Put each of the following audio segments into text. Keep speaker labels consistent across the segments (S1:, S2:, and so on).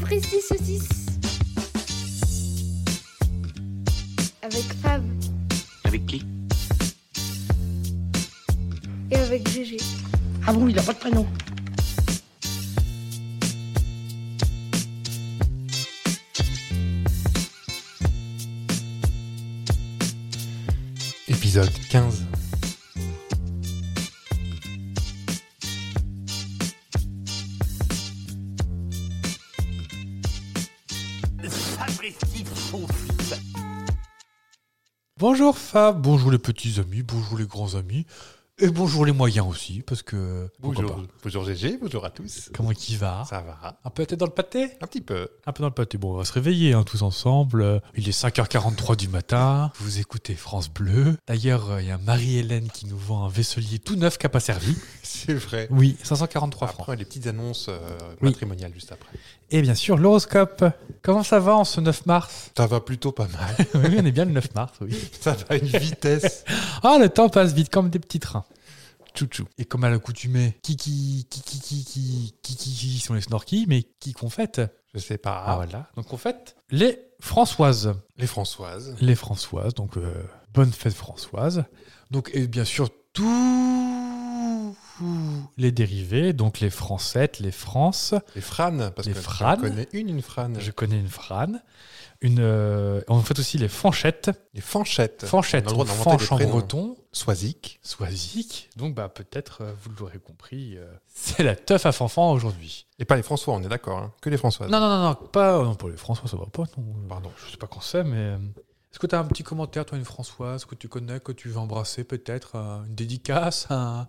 S1: Fristy Saucisse. Avec Fab
S2: Avec qui
S1: et avec Gégé.
S3: Ah bon, il n'a pas de prénom.
S4: Épisode 15. Bonjour Fab, bonjour les petits amis, bonjour les grands amis, et bonjour les moyens aussi, parce que... pourquoi
S5: Bonjour,
S4: pas.
S5: bonjour GG, bonjour à tous.
S4: Comment qui va
S5: Ça va
S4: Un peu la tête dans le pâté
S5: Un petit peu.
S4: Un peu dans le pâté. Bon, on va se réveiller hein, tous ensemble. Euh, Il est 5h43 du matin. Vous écoutez France Bleu. D'ailleurs, euh, il y a Marie-Hélène qui nous vend un vaisselier tout neuf qui n'a pas servi.
S5: C'est vrai.
S4: Oui, 543 francs.
S5: Après, les petites annonces euh,
S4: Oui.
S5: matrimoniales juste après.
S4: Et bien sûr, l'horoscope. Comment ça va en ce 9 mars
S5: Ça va plutôt pas mal.
S4: Oui, on est bien le 9 mars, oui.
S5: Ça va à une vitesse.
S4: Ah, le temps passe vite comme des petits trains.
S5: Chouchou.
S4: Et comme à l'accoutumée, qui qui qui qui qui qui qui qui qui sont les snorkies, mais qui qu'on fête
S5: Je sais pas.
S4: Ah voilà. Donc on fête les Françoises.
S5: Les Françoises.
S4: les Françoises. Donc, euh, bonne fête Françoise. Donc, et bien sûr, tous les dérivés, donc les Françaises, les Frances.
S5: Les Franes. Parce
S4: Les
S5: que
S4: Franes.
S5: je connais une, une Frane.
S4: Je connais une frane. Une, euh, on fait aussi les Fanchettes.
S5: Les Fanchettes.
S4: Fanchettes,
S5: On a le droit
S4: ou
S5: d'inventer des
S4: Fanches en
S5: prénoms.
S4: breton,
S5: Soisic.
S4: Soisic. Donc, bah, peut-être, euh, vous l'aurez compris, euh, c'est la teuf à fanfan aujourd'hui.
S5: Et pas les François, on est d'accord. hein. Que les Françoises.
S4: Non, non, non, non, pas euh, non, pour les François, ça va pas. Non.
S5: Pardon.
S4: Je sais pas quand c'est, mais. euh, Est-ce que tu as un petit commentaire, toi, une Françoise, que tu connais, que tu veux embrasser peut-être euh, Une dédicace un,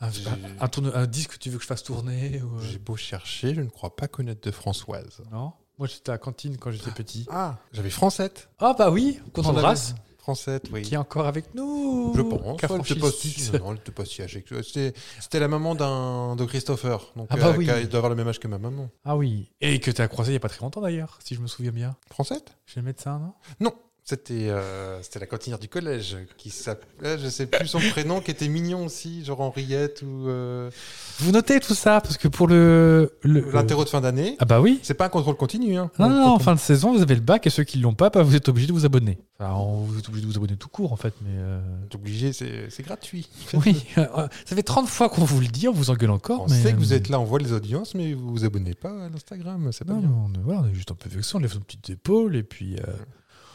S4: un,
S5: J'ai-
S4: un- un tourne- un disque que tu veux que je fasse tourner ou, euh,
S5: J'ai beau chercher, je ne crois pas connaître de Françoise.
S4: Non Moi, j'étais à la cantine quand j'étais petit.
S5: Ah J'avais Francette.
S4: Ah, bah oui, qu'on
S5: J'en avais-
S4: embrasse,
S5: Francette, oui.
S4: qui est encore avec nous.
S5: Je pense.
S4: Qui a
S5: Elle
S4: franchi
S5: était
S4: le
S5: pas si,
S4: six.
S5: non, elle était pas si âgée. que- C'était, c'était la maman d'un, de Christopher. Donc,
S4: Ah bah
S5: euh,
S4: oui.
S5: qui a- elle doit avoir le même âge que ma maman.
S4: Ah oui. Et que tu as croisé il y a pas très longtemps, d'ailleurs, si je me souviens bien.
S5: Francette
S4: Chez le médecin, non
S5: Non. C'était, euh, c'était la cantinière du collège qui s'appelait, je sais plus son prénom, qui était mignon aussi, genre Henriette ou euh,
S4: Vous notez tout ça, parce que pour le. le-
S5: l'interro de fin d'année.
S4: Ah, bah oui.
S5: C'est pas un contrôle continu. Hein.
S4: Non,
S5: On
S4: non, non, en
S5: contrôle-
S4: fin de saison, vous avez le bac et ceux qui ne l'ont pas, bah, vous êtes obligés de vous abonner. Enfin, on- vous êtes obligés de vous abonner tout court, en fait, mais. euh,
S5: T'es obligé, c'est, c'est gratuit.
S4: Oui, euh, ça fait 30 fois qu'on vous le dit, on vous engueule encore.
S5: On
S4: mais,
S5: sait que
S4: euh,
S5: vous êtes là, on voit les audiences, mais vous vous abonnez pas à l'Instagram. C'est pas
S4: Non,
S5: bien.
S4: mais on, est, voilà, on est juste un peu vexé, on lève nos petites épaules, et puis. euh,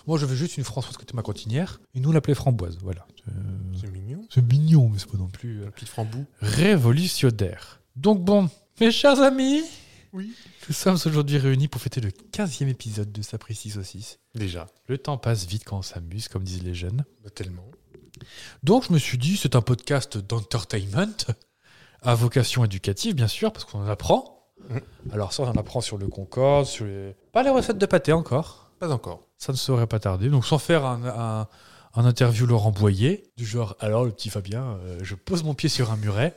S4: Moi, j'avais juste une Françoise qui était ma cantinière, et nous, on l'appelait Framboise, voilà. Euh,
S5: C'est mignon.
S4: C'est mignon, mais c'est pas non plus. euh,
S5: Le petit frambou.
S4: révolutionnaire. Donc, bon, mes chers amis,
S5: Oui.
S4: nous sommes aujourd'hui réunis pour fêter le 15e épisode de Sapristi Saucisse.
S5: Déjà.
S4: Le temps passe vite quand on s'amuse, comme disent les jeunes.
S5: Bah, tellement.
S4: Donc je me suis dit, c'est un podcast d'entertainment, à vocation éducative bien sûr, parce qu'on en apprend.
S5: Mhm.
S4: Alors ça, on en apprend sur le Concorde, sur les... Pas les recettes de pâté encore,
S5: Pas encore.
S4: ça ne saurait pas tarder. Donc sans faire un, un- un interview Laurent Boyer, du genre, alors le petit Fabien, euh, je pose mon pied sur un muret,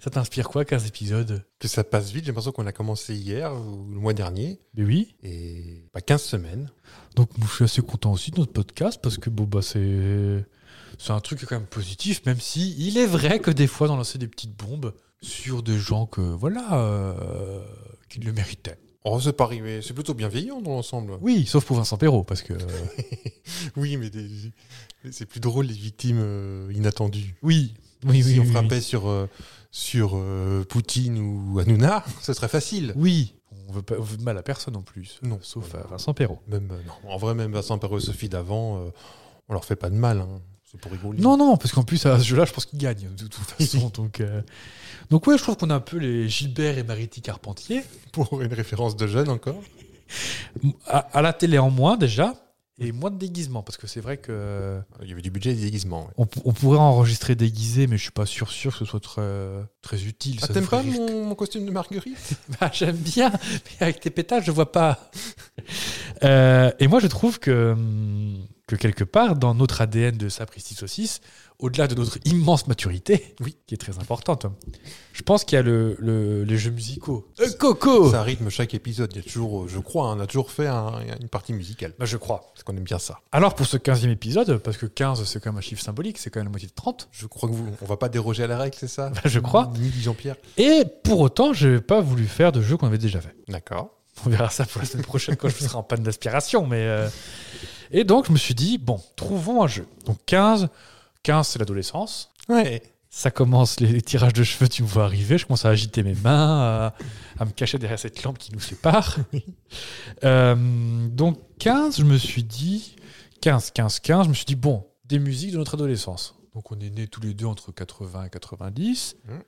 S4: ça t'inspire quoi 15 épisodes
S5: Que ça passe vite, j'ai l'impression qu'on a commencé hier ou le mois dernier,
S4: Mais oui.
S5: et pas 15 semaines.
S4: Donc moi, je suis assez content aussi de notre podcast, parce que bon, bah c'est... C'est un truc quand même positif, même si il est vrai que des fois, on lançait des petites bombes sur des gens que, voilà, euh, qui le méritaient.
S5: Oh, c'est pas arrivé, c'est plutôt bienveillant dans l'ensemble.
S4: Oui, sauf pour Vincent Perrault, parce que...
S5: Oui, mais des- c'est plus drôle les victimes euh, inattendues.
S4: oui, oui, oui.
S5: si on
S4: oui,
S5: frappait sur, euh, sur euh, Poutine ou Hanouna, ce serait facile.
S4: Oui, on veut pas on veut de mal à personne en plus.
S5: Non.
S4: Sauf à Vincent Perrault.
S5: Même, euh, non, en vrai, même Vincent Perrault et Sophie d'avant, euh, on leur fait pas de mal. hein. C'est pour rigoler.
S4: Non, non, parce qu'en plus, à ce jeu-là, je pense qu'il gagne, de toute façon. donc, euh, donc ouais, je trouve qu'on a un peu les Gilbert et Mariti Carpentier,
S5: Pour une référence de jeune encore.
S4: à, à la télé en moins, déjà, et moins de déguisement, parce que c'est vrai que...
S5: Il y avait du budget et des déguisements. ouais.
S4: On, p- on pourrait enregistrer déguisé, mais je suis pas sûr, sûr que ce soit très, très utile.
S5: Ah,
S4: ça
S5: t'aimes
S4: ferait
S5: pas
S4: juste-
S5: mon, mon costume de Marguerite
S4: Bah, J'aime bien, mais avec tes pétages, je vois pas. Euh, et moi, je trouve que, hum, que quelque part, dans notre ADN de Sapristi Saucisse, au-delà de notre immense maturité,
S5: Oui.
S4: qui est très importante, je pense qu'il y a le, le- les jeux musicaux. Euh, Coco
S5: Ça rythme chaque épisode. Il y a toujours, euh, je crois, hein, on a toujours fait un- une partie musicale.
S4: Bah, Je crois.
S5: Parce qu'on aime bien ça.
S4: Alors, pour ce 15e épisode, parce que 15, c'est quand même un chiffre symbolique, c'est quand même la moitié de 30,
S5: Je crois que vous, on va pas déroger à la règle, c'est ça
S4: bah, je crois.
S5: Ni Jean-Pierre.
S4: Et pour autant, je n'ai pas voulu faire de jeux qu'on avait déjà fait.
S5: D'accord.
S4: On verra ça pour la semaine prochaine quand je serai en panne d'aspiration. Mais euh, Et donc, je me suis dit, bon, trouvons un jeu. Donc, 15, 15 c'est l'adolescence.
S5: Ouais.
S4: Ça commence, les tirages de cheveux, tu me vois arriver. Je commence à agiter mes mains, à, à me cacher derrière cette lampe qui nous sépare. Euh, donc, 15, je me suis dit, 15, 15, 15, je me suis dit, bon, des musiques de notre adolescence. Donc, on est nés tous les deux entre 80 et 90.
S5: Mhm.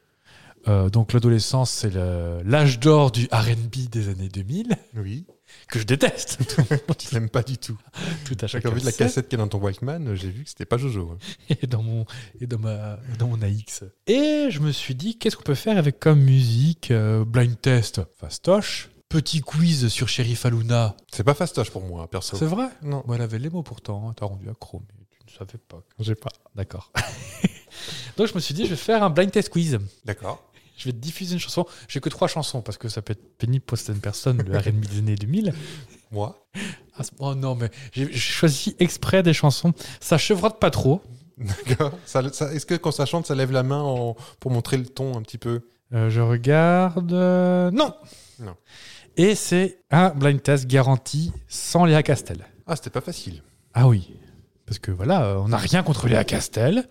S4: Euh, donc, l'adolescence, c'est le- l'âge d'or du RB des années 2000,
S5: Oui.
S4: que je déteste.
S5: Tu l'aimes pas du tout.
S4: Tout à
S5: J'ai
S4: chacun.
S5: vu de la
S4: sait.
S5: cassette qui est dans ton Walkman, euh, j'ai vu que c'était pas Jojo. hein.
S4: et dans mon et dans ma dans mon AX. Et je me suis dit qu'est-ce qu'on peut faire avec comme musique euh, blind test fastoche, petit quiz sur Sheriff Aluna.
S5: C'est pas fastoche pour moi, hein, perso.
S4: C'est vrai
S5: Non.
S4: Moi, elle avait les mots pourtant, hein. t'as rendu accro mais tu ne savais pas.
S5: J'ai pas.
S4: D'accord. Donc je me suis dit je vais faire un blind test quiz.
S5: D'accord.
S4: Je vais te diffuser une chanson. J'ai que trois chansons parce que ça peut être pénible pour certaines personnes le R&B des années 2000.
S5: Moi
S4: Ah, c'est- Oh non mais j'ai j'ai choisi exprès des chansons. Ça chevrotte pas trop.
S5: D'accord. Ça- ça- Est-ce que quand ça chante, ça lève la main en- pour montrer le ton un petit peu
S4: Euh, je regarde. euh, Non
S5: Non.
S4: Et c'est un blind test garanti sans Léa Castel.
S5: Ah, c'était pas facile.
S4: Ah oui. Parce que voilà, euh, on n'a rien contre Léa Castel,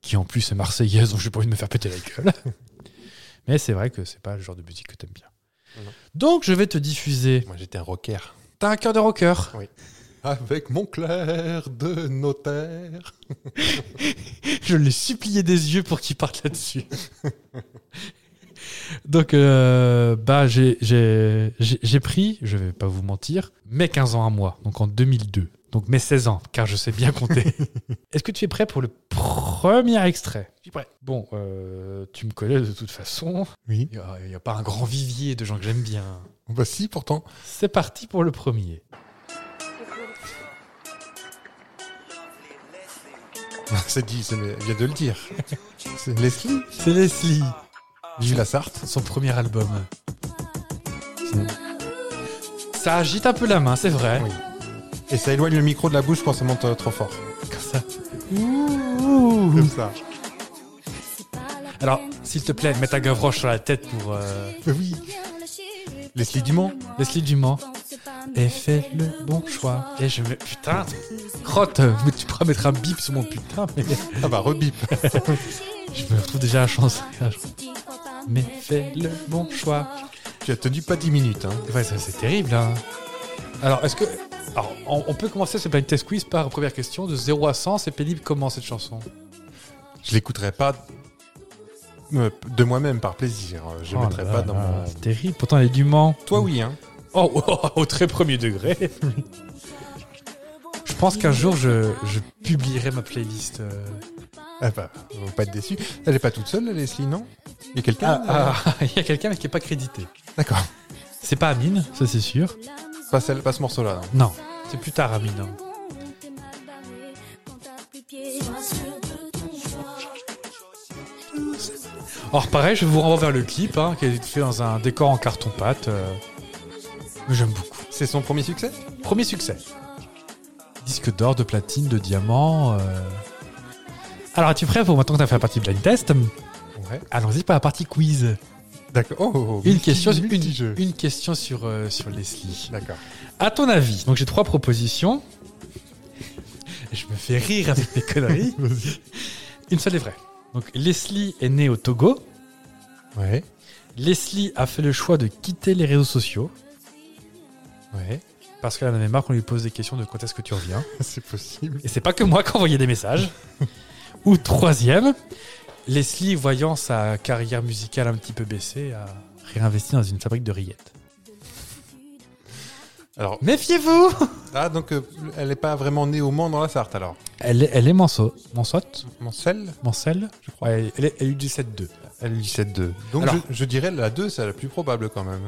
S4: qui en plus est marseillaise, donc j'ai pas envie de me faire péter la gueule. Mais c'est vrai que c'est pas le genre de musique que t'aimes bien.
S5: Non.
S4: Donc je vais te diffuser.
S5: Moi, j'étais un rocker.
S4: T'as un cœur de rocker.
S5: Avec mon clair de notaire.
S4: Je l'ai supplié des yeux pour qu'il parte là-dessus. Donc, euh, bah, j'ai- j'ai j'ai- j'ai pris, je vais pas vous mentir, mes 15 ans à moi, donc en 2002. Donc mes 16 ans, car je sais bien compter. Est-ce que tu es prêt pour le premier extrait Je suis prêt. Bon, euh, tu me connais de toute façon.
S5: Oui.
S4: Il n'y a, pas un grand vivier de gens que j'aime bien.
S5: Bah si, pourtant.
S4: C'est parti pour le premier.
S5: c'est dit, c'est- mais elle vient de le dire. C'est Leslie
S4: C'est Leslie,
S5: Vive la Sarthe
S4: son premier album. Ça agite un peu la main, c'est vrai.
S5: Oui. Et ça éloigne le micro de la bouche quand ça monte euh, trop fort.
S4: Comme ça.
S5: Comme ça.
S4: Alors, s'il te plaît, mets ta gavroche sur la tête pour euh,
S5: Mais oui. Leslie Dumont.
S4: Leslie Dumont. Et fais le bon choix. Et je me... Putain, crotte, mais tu pourras mettre un bip sur mon putain, mais
S5: Ah bah rebip.
S4: je me retrouve déjà à chancer. à chanter. Mais fais le bon choix.
S5: tu as tenu pas 10 minutes. Hein.
S4: Ouais, ça, c'est terrible, hein. Alors, est-ce que... Alors, on, on peut commencer ce blind test quiz par première question. De 0 à 100, c'est pénible comment cette chanson
S5: Je l'écouterai pas euh, de moi-même par plaisir. Je
S4: Oh
S5: mettrai
S4: là
S5: pas
S4: là,
S5: dans mon.
S4: C'est terrible, pourtant elle est du Mans.
S5: Toi oui hein.
S4: Oh, oh, oh, au très premier degré. je pense qu'un jour, je, je publierai ma playlist. euh.
S5: Ah bah, on va pas être déçu. Elle est pas toute seule, la Leslie, non Il y a quelqu'un
S4: Ah,
S5: euh,
S4: ah, il y a quelqu'un mais qui n'est pas crédité.
S5: D'accord.
S4: C'est pas Amine, ça c'est sûr.
S5: Pas, celle- pas ce morceau-là. non.
S4: Non, c'est plus tard Amine. hein. Alors pareil, je vous renvoie vers le clip hein, qui est fait dans un décor en carton-pâte. euh. Mais J'aime beaucoup.
S5: C'est son premier succès
S4: Premier succès. Disque d'or, de platine, de diamant. euh. Alors es-tu prêt pour maintenant que t'as fait la partie blind test
S5: Ouais.
S4: Allons-y pour la partie quiz.
S5: D'accord. Oh, oh, oh,
S4: Une
S5: multi-
S4: question, une,
S5: multi-jeu.
S4: une question sur, euh, sur Leslie.
S5: D'accord.
S4: À ton avis, donc j'ai trois propositions. Je me fais rire avec mes conneries. Une seule est vraie. Donc Leslie est née au Togo.
S5: Ouais.
S4: Leslie a fait le choix de quitter les réseaux sociaux
S5: Ouais.
S4: parce qu'elle en avait marre qu'on lui pose des questions de quand est-ce que tu reviens.
S5: C'est possible.
S4: Et c'est pas que moi qui envoyais des messages. Ou troisième, Leslie, voyant sa carrière musicale un petit peu baissée, a réinvesti dans une fabrique de rillettes.
S5: Alors,
S4: Méfiez-vous
S5: ah, donc euh, elle n'est pas vraiment née au Mans dans la Sarthe alors
S4: Elle est, elle est manso- mansotte
S5: Mansell
S4: Mancelle Je crois. Ouais, elle, est, elle est du 7-2.
S5: Elle est 17-2. Donc
S4: Alors-
S5: je, je dirais la 2, c'est la plus probable quand même.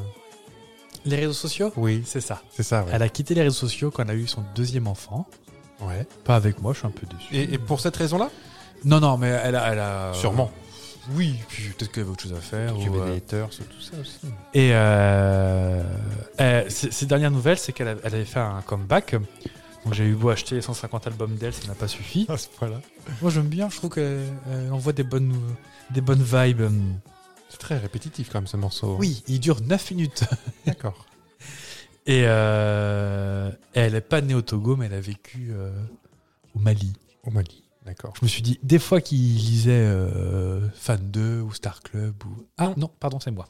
S4: Les réseaux sociaux
S5: Oui.
S4: C'est ça.
S5: C'est ça, ouais.
S4: Elle a quitté les réseaux sociaux quand elle a eu son deuxième enfant.
S5: Ah, ouais.
S4: Pas avec moi, je suis un peu déçu.
S5: Et, et pour cette raison-là
S4: Non, non, mais elle a. Elle a
S5: Sûrement.
S4: Oui, puis peut-être qu'elle avait autre chose à faire.
S5: Tu
S4: ou,
S5: veux
S4: euh,
S5: des haters, tout ça aussi.
S4: Et euh, euh, ces ces dernières nouvelles, c'est qu'elle a- elle avait fait un comeback. Donc j'ai eu beau acheter 150 albums d'elle, ça n'a pas suffi.
S5: À ce point-là.
S4: Moi j'aime bien, je trouve qu'elle elle envoie des bonnes, nou- des bonnes vibes.
S5: C'est très répétitif quand même ce morceau.
S4: Oui, il dure 9 minutes.
S5: D'accord.
S4: Et euh, elle n'est pas née au Togo, mais elle a vécu euh, au Mali.
S5: Au Mali, d'accord.
S4: Je me suis dit, des fois qu'il lisait euh, Fan 2 ou Star Club ou... Ah non, pardon, c'est moi.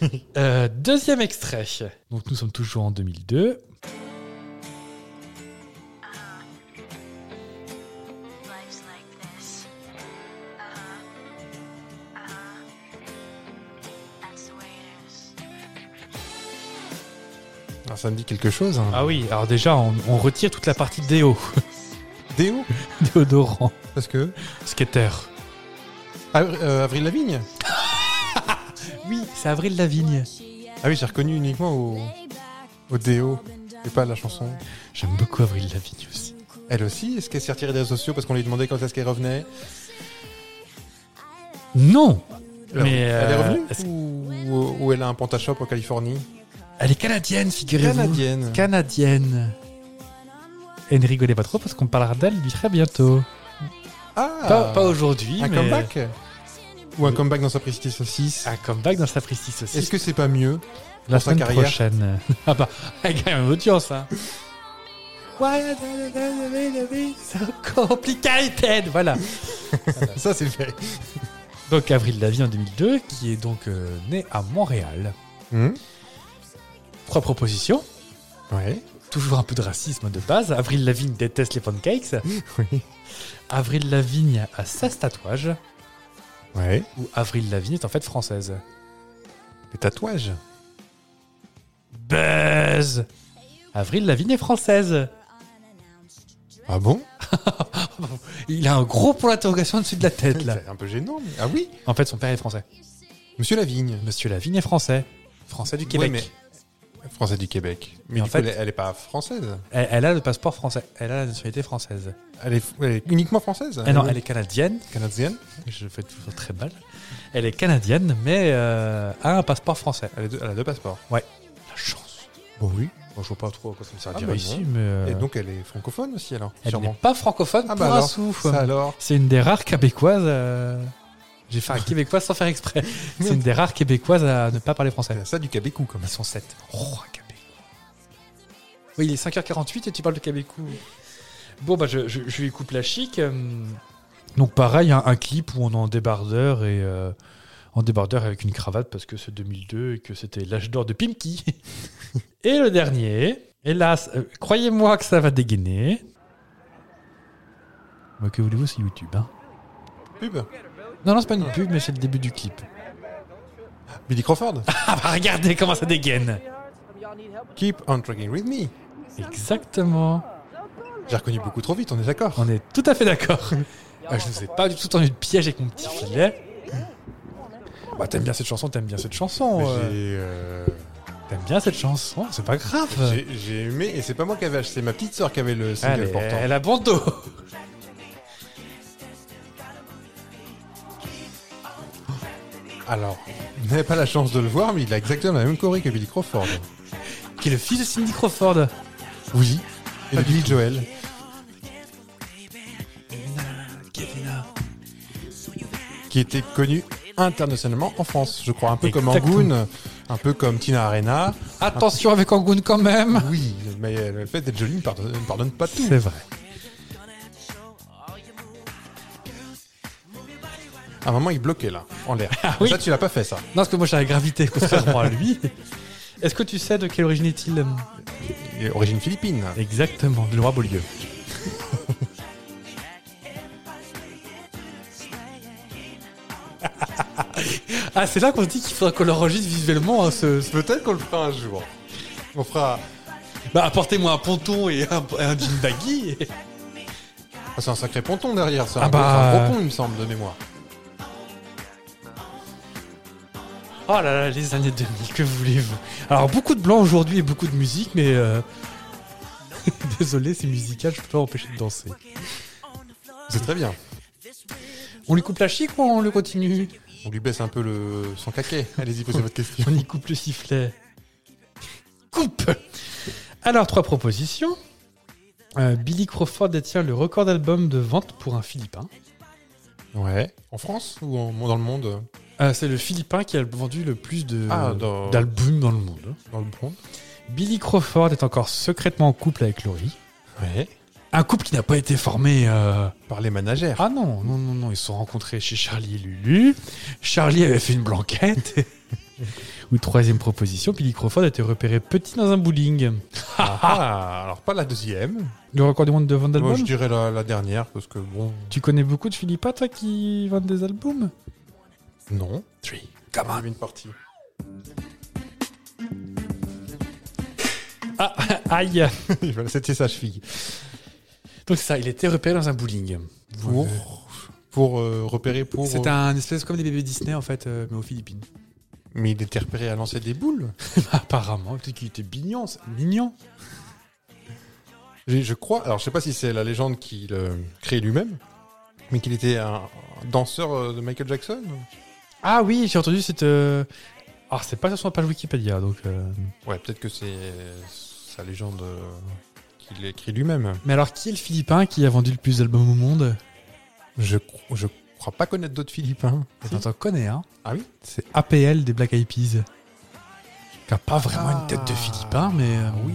S4: Euh, deuxième extrait. Donc nous sommes toujours en 2002.
S2: Life's like this. Uh-huh. Uh-huh. That's the way it is.
S5: Alors, Ah, ça me dit quelque chose. Hein.
S4: Ah oui, alors déjà, on, on retire toute la partie déo,
S5: Déo
S4: déodorant,
S5: Parce que.
S4: skater.
S5: Ah, euh, Avril Lavigne
S4: Oui, c'est Avril Lavigne.
S5: Ah oui, j'ai reconnu uniquement au, au déo et pas à la chanson.
S4: J'aime beaucoup Avril Lavigne aussi.
S5: Elle aussi, est-ce qu'elle s'est retirée des réseaux sociaux parce qu'on lui demandait quand est-ce qu'elle revenait
S4: Non
S5: Alors,
S4: Mais,
S5: Elle est
S4: euh,
S5: revenue
S4: est-ce-
S5: ou, ou elle a un pentashop en Californie
S4: Elle est canadienne, figurez-vous.
S5: Canadienne.
S4: Canadienne. Et ne rigolez pas trop parce qu'on parlera d'elle lui très bientôt.
S5: ah
S4: Pas, pas aujourd'hui,
S5: Un
S4: mais...
S5: comeback Ah, Ou un comeback dans sa Pricity Saucisse
S4: Un comeback dans sa prestige aussi.
S5: Est-ce que c'est pas mieux
S4: La
S5: pour sa
S4: semaine
S5: carrière
S4: prochaine. Ah bah, elle gagne en audience, hein. so complicated Voilà.
S5: Ça, c'est fait.
S4: Donc, Avril Lavigne en 2002, qui est donc euh, née à Montréal.
S5: Hum,
S4: Trois propositions.
S5: ouais.
S4: Toujours un peu de racisme de base. Avril Lavigne déteste les pancakes.
S5: Oui.
S4: Avril Lavigne a 16 tatouages.
S5: Ouais.
S4: Ou Avril Lavigne est en fait française.
S5: Des tatouages.
S4: Buzz Avril Lavigne est française.
S5: Ah bon
S4: Il a un gros point d'interrogation dessus de la tête, là.
S5: C'est un peu gênant. mais- Ah oui
S4: En fait, son père est français.
S5: Monsieur Lavigne.
S4: Monsieur Lavigne est français. Français du Québec.
S5: Ouais, mais- Français du Québec. Mais
S4: Mais en
S5: du coup,
S4: fait-
S5: elle, elle est pas française.
S4: elle, elle a le passeport français. Elle a la nationalité française.
S5: Elle est, elle est uniquement française.
S4: Ah non, elle est canadienne.
S5: canadienne.
S4: Je fais toujours très mal. Elle est canadienne, mais euh, a un passeport français.
S5: Elle, est deux- elle a deux passeports.
S4: La chance.
S5: Bon Bah oui.
S4: Bon, je vois pas trop à quoi ça me
S5: Ah,
S4: servirait
S5: bah,
S4: ici,
S5: non.
S4: mais... euh,
S5: Et donc elle est francophone aussi alors.
S4: elle n'est
S5: sûrement.
S4: pas francophone
S5: Ah
S4: pour
S5: bah
S4: un
S5: alors,
S4: sou.
S5: ça alors.
S4: C'est une des rares québécoises... euh, J'ai fait un québécois sans faire exprès. C'est une des rares québécoises à ne pas parler français.
S5: C'est ça du Québécois quand
S4: Ils
S5: même.
S4: sont 7. Oh, un Québécois. Oui, il est 5h48 et tu parles de Québécois. Bon, bah, je, je, je lui coupe la chic. hum. Donc, pareil, un, un clip où on est en débardeur et. euh, en débardeur avec une cravate parce que c'est 2002 et que c'était l'âge d'or de Pimki. et le dernier, hélas, euh, croyez-moi que ça va dégainer. Moi, que voulez-vous, c'est YouTube. Hein.
S5: Pub.
S4: Non, non, c'est pas une pub, mais c'est le début du clip.
S5: Billy Crawford.
S4: Ah, bah, regardez comment ça dégaine.
S5: Keep on trucking with me.
S4: Exactement.
S5: J'ai reconnu beaucoup trop vite, on est d'accord.
S4: On est tout à fait d'accord. Euh, je ne vous ai pas du tout tendu de piège avec mon petit filet. Bah, t'aimes bien cette chanson, t'aimes bien cette chanson.
S5: Mais
S4: euh,
S5: J'ai euh,
S4: T'aimes bien cette chanson, c'est pas grave.
S5: j'ai- j'ai aimé et c'est pas moi qui avais acheté, c'est ma petite sœur qui avait le
S4: Elle,
S5: single
S4: est-
S5: portant.
S4: elle a bon dos.
S5: Alors, vous n'avez pas la chance de le voir, mais il a exactement la même choré que Billy Crawford.
S4: Qui est le fils de Cindy Crawford.
S5: Oui. Et de Billy Joel. Qui était connu internationalement en France, je crois. Un peu comme
S4: Exactement.
S5: Angoon, un peu comme Tina Arena.
S4: Attention avec Angoon quand même.
S5: Oui, mais le fait d'être jolie ne pardonne, ne pardonne pas tout.
S4: C'est vrai.
S5: À un moment, il bloquait là, en l'air.
S4: Ah oui.
S5: Ça, tu l'as pas fait, ça.
S4: Non, parce que moi j'ai la gravité, contrairement à lui. Est-ce que tu sais de quelle origine est-il euh,
S5: Il est Origine philippine.
S4: Exactement, de roi Beaulieu. ah, c'est là qu'on se dit qu'il faudra qu'on l'enregistre visuellement. hein, ce, ce-
S5: Peut-être qu'on le fera un jour. On fera.
S4: Bah, apportez-moi un ponton et un, et un jean baggy.
S5: Ah, c'est un sacré ponton derrière, ça.
S4: Ah
S5: un,
S4: bah.
S5: gros- un gros pont, il me semble, de mémoire.
S4: Oh là là, les années 2000, que voulez-vous Alors, beaucoup de blanc aujourd'hui et beaucoup de musique, mais. euh, Désolé, c'est musical, je peux pas empêcher de danser.
S5: C'est très bien.
S4: On lui coupe la chic ou on le continue
S5: On lui baisse un peu le... son caquet. Allez-y, posez votre question.
S4: On y coupe le sifflet. Coupe Alors, trois propositions. Euh, Billy Crawford détient le record d'album de vente pour un Philippin.
S5: Ouais. En France ou en- dans le monde
S4: Ah, Euh, c'est le Philippin qui a vendu le plus de-
S5: Ah, dans-
S4: d'albums dans... le monde.
S5: Dans le monde
S4: Billy Crawford est encore secrètement en couple avec Laurie.
S5: Ouais.
S4: Un couple qui n'a pas été formé. euh,
S5: Par les managères.
S4: Ah non, non, non, non, ils se sont rencontrés chez Charlie et Lulu. Charlie avait fait une blanquette. Ou troisième proposition, Billy Crawford a été repéré petit dans un bowling.
S5: Ah, ah, alors pas la deuxième.
S4: Le record du monde de vente
S5: Moi,
S4: d'albums
S5: je dirais la, la dernière parce que bon,
S4: Tu connais beaucoup de Philippa, toi, qui vendent des albums
S5: non.
S4: Three.
S5: Come on. Une partie.
S4: Ah, aïe
S5: Voilà, C'était sa cheville.
S4: Donc c'est ça, il était repéré dans un bowling.
S5: Pour, pour euh, repérer pour.
S4: C'est
S5: euh,
S4: un espèce comme des bébés Disney, en fait, euh, mais aux Philippines.
S5: Mais il était repéré à lancer des boules.
S4: Apparemment, peut-être qu'il était mignon. ça. Mignon
S5: Je, je crois, alors je sais pas si c'est la légende qu'il euh, crée lui-même, mais qu'il était un, un danseur euh, de Michael Jackson.
S4: Ah oui, j'ai entendu cette... euh, Alors, c'est pas sur son page Wikipédia, donc... euh,
S5: Ouais, peut-être que c'est sa légende euh, qu'il écrit lui-même.
S4: Mais alors, qui est le Philippin qui a vendu le plus d'albums au monde
S5: Je, cro- je crois pas connaître d'autres Philippins.
S4: On t'en connais, hein
S5: Ah oui
S4: C'est APL des Black Eyed Peas. Qui a pas vraiment une tête de Philippin, mais... euh,
S5: Ah oui.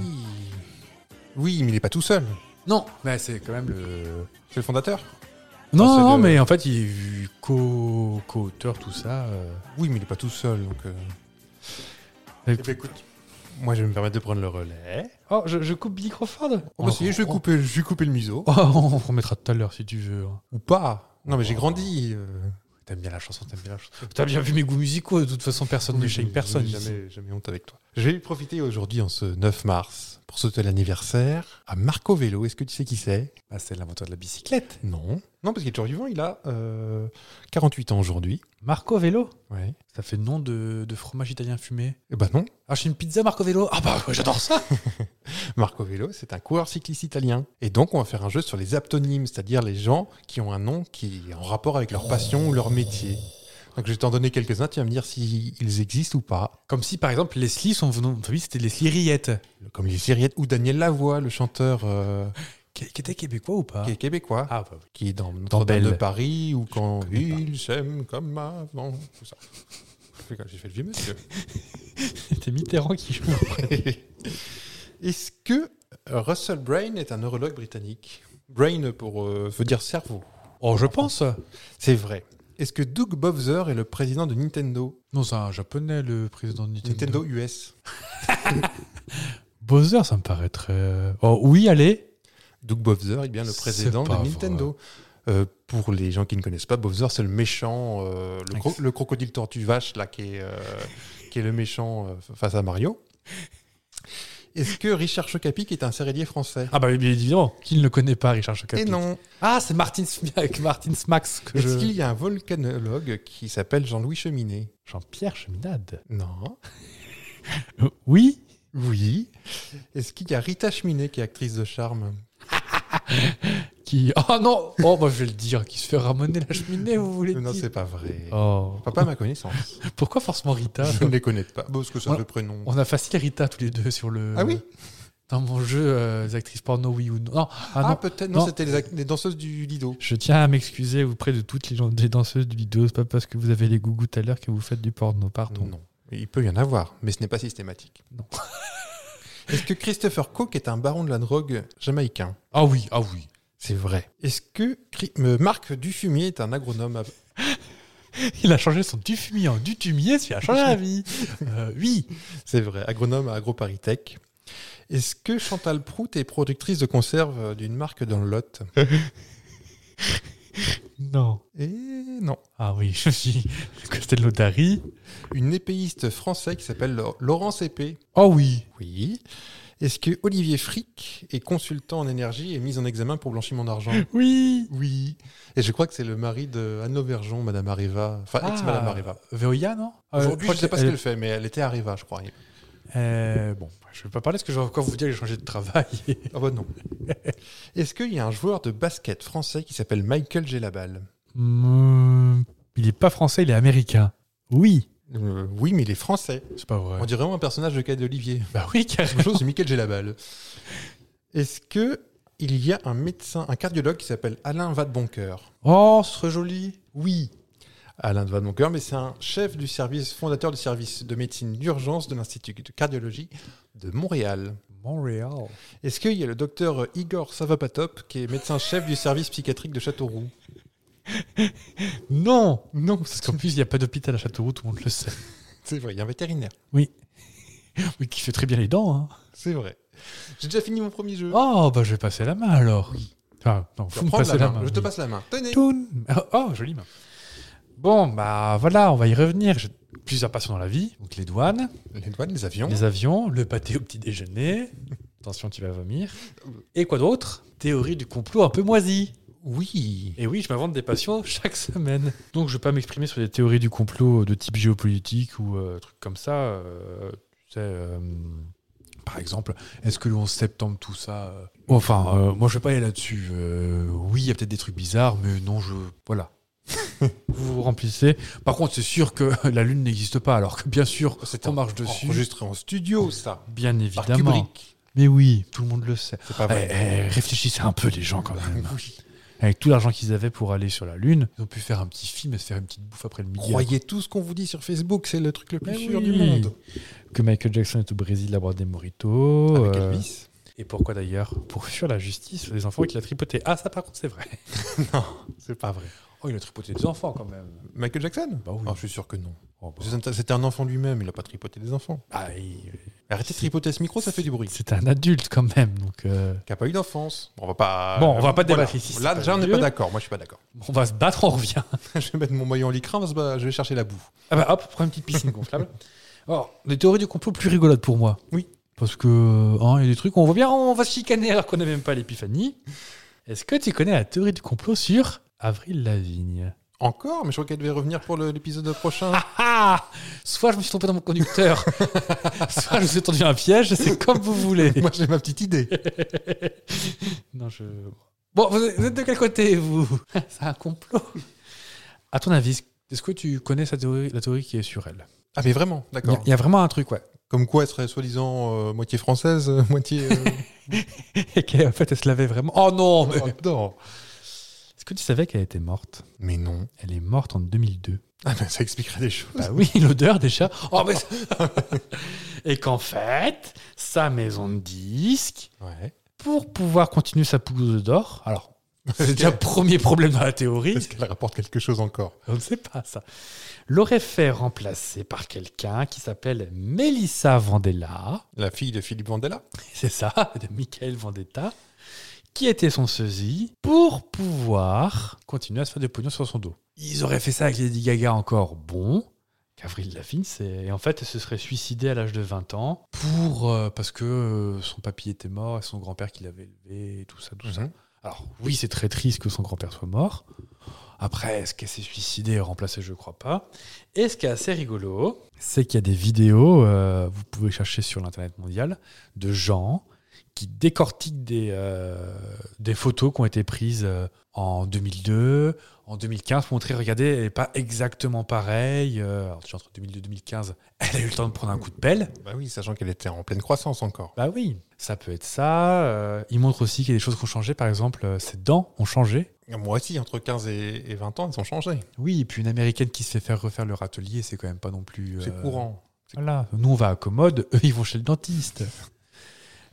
S5: Oui, mais il est pas tout seul.
S4: Non, mais c'est quand même le...
S5: C'est le fondateur
S4: Non,
S5: Enfin, c'est
S4: non,
S5: le-
S4: mais en fait, il est vu co- co-auteur, tout ça. euh.
S5: Oui, mais il est pas tout seul, donc. euh,
S4: Eh
S5: ben, écoute. Moi, je vais me permettre de prendre le relais.
S4: Oh, je, je coupe Billy Crawford
S5: Oh, bah, si, je vais couper, je vais couper le museau.
S4: Oh, on remettra tout à l'heure si tu veux. hein.
S5: Ou pas. Non, mais j'ai grandi. euh,
S4: T'aimes bien la chanson, t'aimes bien la chanson. T'as bien vu mes goûts musicaux, de toute façon, personne ne
S5: Oui,
S4: shame
S5: oui,
S4: personne.
S5: oui,
S4: ici.
S5: Jamais, jamais honte avec toi. Je vais profiter aujourd'hui, en ce 9 mars, pour sauter l'anniversaire à Marco Vélo. Est-ce que tu sais qui c'est
S4: Ah, c'est l'inventeur de la bicyclette.
S5: Non. Non, parce qu'il est toujours vivant. Il a euh, 48 ans aujourd'hui.
S4: Marco Vélo
S5: Ouais.
S4: Ça fait nom de, de fromage italien fumé.
S5: Eh ben non.
S4: Ah, j'ai une pizza Marco Vélo Ah bah, ouais, j'adore ça
S5: Marco Vélo, c'est un coureur cycliste italien. Et donc, on va faire un jeu sur les aptonymes, c'est-à-dire les gens qui ont un nom qui est en rapport avec leur passion ou leur métier. Donc, je vais t'en donner quelques-uns. Tu vas me dire s'ils existent ou pas.
S4: Comme si, par exemple, Leslie, son nom de famille, c'était Leslie Riette.
S5: Comme les Syriette ou Daniel Lavoie, le chanteur euh,
S4: Qui, qui était québécois ou pas
S5: qui est québécois.
S4: Ah, bah oui.
S5: qui est dans Notre-Dame
S4: Belle.
S5: de Paris ou quand
S4: connais pas.
S5: il s'aime comme avant. Tout ça. J'ai fait- J'ai fait le vieux monsieur.
S4: C'était Mitterrand qui jouait.
S5: Est-ce que euh, Russell Brain est un neurologue britannique Brain pour, euh, veut dire cerveau.
S4: oh, je pense
S5: C'est vrai. Est-ce que Doug Bowser est le président de Nintendo
S4: Non, c'est un japonais, le président de Nintendo.
S5: Nintendo US.
S4: Bowser, ça me paraît très... Oh, oui, allez
S5: Doug Bowser est bien le
S4: C'est
S5: président de
S4: pas vrai.
S5: Nintendo. Euh, pour les gens qui ne connaissent pas, Bowser, c'est le méchant, euh, le, cro-
S4: Ex-
S5: le crocodile tortue vache, là, qui est, euh, qui est le méchant euh, face à Mario. Est-ce que Richard Chocapic est un céréalier français
S4: Ah bah oui, bien évidemment. Qui ne le connaît pas, Richard Chocapic
S5: Et non
S4: Ah, c'est Martin, Sm- avec Martin Smax que
S5: Est-ce qu'il
S4: je...
S5: y a un volcanologue qui s'appelle Jean-Louis Cheminet
S4: Jean-Pierre Cheminade. Euh,
S5: Non.
S4: Oui
S5: Oui. Est-ce qu'il y a Rita Cheminet qui est actrice de charme
S4: Qui... Ah non Oh, bah je vais le dire. Qui se fait ramener la cheminée, vous voulez
S5: Non,
S4: dire
S5: c'est pas vrai.
S4: Oh.
S5: Pas à ma connaissance.
S4: Pourquoi forcément Rita
S5: Je ne les connais pas. Parce que ça
S4: On-
S5: le prénom.
S4: On a facile Rita tous les deux sur le...
S5: Ah oui
S4: Dans mon jeu, euh, les actrices porno, oui ou non. Non, ah
S5: Ah,
S4: non.
S5: peut-être. Non,
S4: Non.
S5: c'était les, ac- les danseuses du Lido.
S4: Je tiens à m'excuser auprès de toutes les gens- des danseuses du vidéo. C'est pas parce que vous avez les gougous tout à l'heure que vous faites du porno, pardon.
S5: Non. Il peut y en avoir, mais ce n'est pas systématique.
S4: Non.
S5: Est-ce que Christopher Cook est un baron de la drogue jamaïcain
S4: Ah oui, ah oui.
S5: C'est vrai. Est-ce que Cri- euh, Marc Dufumier est un agronome à-
S4: Il a changé son tufumier en dutumier, ça lui a changé la vie. Euh, oui.
S5: C'est vrai, agronome à AgroParisTech. Est-ce que Chantal Prout est productrice de conserve euh, d'une marque dans le Lot
S4: Non.
S5: Et Eh, non.
S4: Ah oui, je suis Costello Dari.
S5: Une épéiste français qui s'appelle Lo- Laurence Épée.
S4: Oh oui.
S5: Ah Oui. Est-ce que Olivier Frick est consultant en énergie et mis en examen pour blanchiment d'argent
S4: Oui.
S5: Oui. Et je crois que c'est le mari de Anne Verjon, Madame Areva. Enfin,
S4: Ah,
S5: ex-Madame Areva.
S4: Veolia, non
S5: Aujourd'hui, je ne sais pas ce qu'elle
S4: euh, que...
S5: fait, mais elle était Areva, je crois.
S4: Euh, bon, je vais pas parler parce que je vais encore vous dire que j'ai changé de travail.
S5: Ah bah non. Est-ce qu'il y a un joueur de basket français qui s'appelle Michael Gelabal
S4: Hmm, il est pas français, il est américain. Oui.
S5: Euh, Oui, mais il est français.
S4: C'est pas vrai.
S5: On dirait vraiment un personnage de Cadet d'Olivier.
S4: Bah oui, carrément.
S5: Bonjour, c'est Michael Gelabal. Est-ce que il y a un médecin, un cardiologue qui s'appelle Alain Vadeboncoeur
S4: Oh, ce serait joli. Oui.
S5: Alain de Vanmoncoeur, mais c'est un chef du service, fondateur du service de médecine d'urgence de l'Institut de cardiologie de Montréal.
S4: Montréal.
S5: Est-ce qu'il y a le docteur Igor Savapatop, qui est médecin-chef du service psychiatrique de Châteauroux
S4: Non
S5: Non,
S4: Parce qu'en plus, il n'y a pas d'hôpital à Châteauroux, tout le monde le sait.
S5: c'est vrai, il y a un vétérinaire.
S4: Mais qui fait très bien les dents. Hein.
S5: C'est vrai. J'ai déjà fini mon premier jeu.
S4: Oh, bah je vais passer la main alors. Enfin, non,
S5: Je
S4: faut me
S5: prends
S4: passer
S5: la main, Je
S4: oui.
S5: te passe la main. Tenez.
S4: Toun. Ah, Oh, jolie main. Bon, bah voilà, on va y revenir. J'ai plusieurs passions dans la vie. Donc les douanes,
S5: Les douanes, les avions.
S4: les avions, le pâté au petit déjeuner. Attention, tu vas vomir. Euh, Et quoi d'autre Théorie du complot un peu moisie.
S5: Oui.
S4: Et oui, je m'invente des passions chaque semaine. Donc je ne vais pas m'exprimer sur des théories du complot de type géopolitique ou euh, trucs comme ça. euh, tu sais, euh, par exemple, est-ce que le 11 septembre, tout ça... euh, Enfin, euh, moi je ne vais pas aller là-dessus. Euh, oui, il y a peut-être des trucs bizarres, mais non, je... Voilà. vous vous remplissez. Par contre, c'est sûr que la Lune n'existe pas, alors que bien sûr,
S5: C'est
S4: on marche dessus.
S5: Enregistré en studio, ça.
S4: Bien
S5: Par
S4: évidemment.
S5: Kubrick.
S4: Mais oui, tout le monde le sait.
S5: C'est pas vrai.
S4: Eh, eh, réfléchissez un peu les gens quand même
S5: eh, Oui.
S4: avec tout l'argent qu'ils avaient pour aller sur la Lune, ils ont pu faire un petit film et se faire une petite bouffe après le midi.
S5: Croyez tout ce qu'on vous dit sur Facebook, c'est le truc le plus
S4: Mais
S5: sûr
S4: Eh oui.
S5: du monde.
S4: Que Michael Jackson est au Brésil à boire des moritos.
S5: Avec
S4: euh,
S5: Elvis.
S4: Et pourquoi d'ailleurs Pour fuir la justice, les enfants qu'il a tripoté. Ah, ça par contre, c'est vrai.
S5: C'est pas vrai.
S4: Oh, il a tripoté des enfants quand même.
S5: Michael Jackson
S4: Bah oui.
S5: Ah, Je suis sûr que non.
S4: Oh, bah.
S5: C'était un enfant lui-même, il a pas tripoté des enfants.
S4: Ah, il-
S5: Arrêtez de tripoter ce micro, ça fait du bruit.
S4: C'est un adulte quand même, donc euh,
S5: Qui a pas eu d'enfance. On va pas.
S4: Bon, on va pas
S5: Voilà.
S4: débattre ici, c'est
S5: Là,
S4: pas
S5: déjà, on n'est
S4: mieux.
S5: pas d'accord. Moi, je suis pas d'accord.
S4: on va se battre, on revient.
S5: je vais mettre mon maillot en lycra, on va se ba- je vais chercher la boue.
S4: Ah bah hop, prends une petite piscine gonflable. Alors, des théories du complot plus rigolotes pour moi.
S5: Oui.
S4: Parce que, euh, hein, il y a des trucs où on voit bien, on va se chicaner alors qu'on n'a même pas l'épiphanie. Est-ce que tu connais la théorie du complot sur Avril Lavigne
S5: Encore Mais je crois qu'elle devait revenir pour le- l'épisode prochain.
S4: Ah ah Soit je me suis trompé dans mon conducteur, soit je me suis tendu un piège, c'est comme vous voulez.
S5: Moi, j'ai ma petite idée.
S4: non, je. Bon, vous êtes vous êtes de quel côté, vous C'est un complot. À ton avis, est-ce que tu connais sa théorie, la théorie qui est sur elle
S5: Ah, mais vraiment
S4: Il y a-
S5: D'accord.
S4: il y a vraiment un truc, ouais.
S5: Comme quoi, elle serait soi-disant euh, moitié française, euh, moitié. euh,
S4: Et qu'en fait, elle se lavait vraiment. Oh non mais-
S5: oh, non.
S4: Est-ce que tu savais qu'elle était morte
S5: Mais non.
S4: Elle est morte en 2002.
S5: Ah, ben, ça expliquerait des choses.
S4: Bah oui, l'odeur déjà. Oh, mais... Et qu'en fait, sa maison de disques,
S5: Ouais.
S4: pour pouvoir continuer sa pousse d'or, alors, c'est
S5: Est-ce
S4: déjà
S5: qu'elle-
S4: le premier problème dans la théorie,
S5: est-ce qu'elle rapporte quelque chose encore
S4: on ne sait pas ça, l'aurait fait remplacer par quelqu'un qui s'appelle Melissa Vandella,
S5: La fille de Philippe Vandella
S4: c'est ça, de Michael Vendetta, qui était son sosie, pour pouvoir continuer à se faire des pognon sur son dos. Ils auraient fait ça avec Lady Gaga encore, bon, qu'Avril Lavigne, c'est... Et en fait, elle se serait suicidée à l'âge de 20 ans, pour, euh, parce que euh, son papy était mort, et son grand-père qui l'avait élevé, et tout ça, tout ça.
S5: Mhm.
S4: Alors oui, c'est très triste que son grand-père soit mort. Après, est-ce qu'elle s'est suicidée et remplacée Je crois pas. Et ce qui est assez rigolo, c'est qu'il y a des vidéos, euh, vous pouvez chercher sur l'Internet mondial, de gens qui décortiquent des, euh, des photos qui ont été prises euh, en 2002, en 2015, pour montrer, regardez, elle n'est pas exactement pareille. Euh, alors, déjà, entre 2002 et 2015, elle a eu le temps de prendre un coup de pelle.
S5: Bah oui, sachant qu'elle était en pleine croissance encore.
S4: Bah oui, ça peut être ça. Euh, il montre aussi qu'il y a des choses qui ont changé. Par exemple, euh, ses dents ont changé.
S5: Moi aussi, entre 15 et et 20 ans, ils ont changé.
S4: Oui, et puis une américaine qui se fait faire refaire le râtelier, c'est quand même pas non plus.
S5: C'est
S4: euh,
S5: courant.
S4: Voilà. Nous, on va à commode, eux, ils vont chez le dentiste.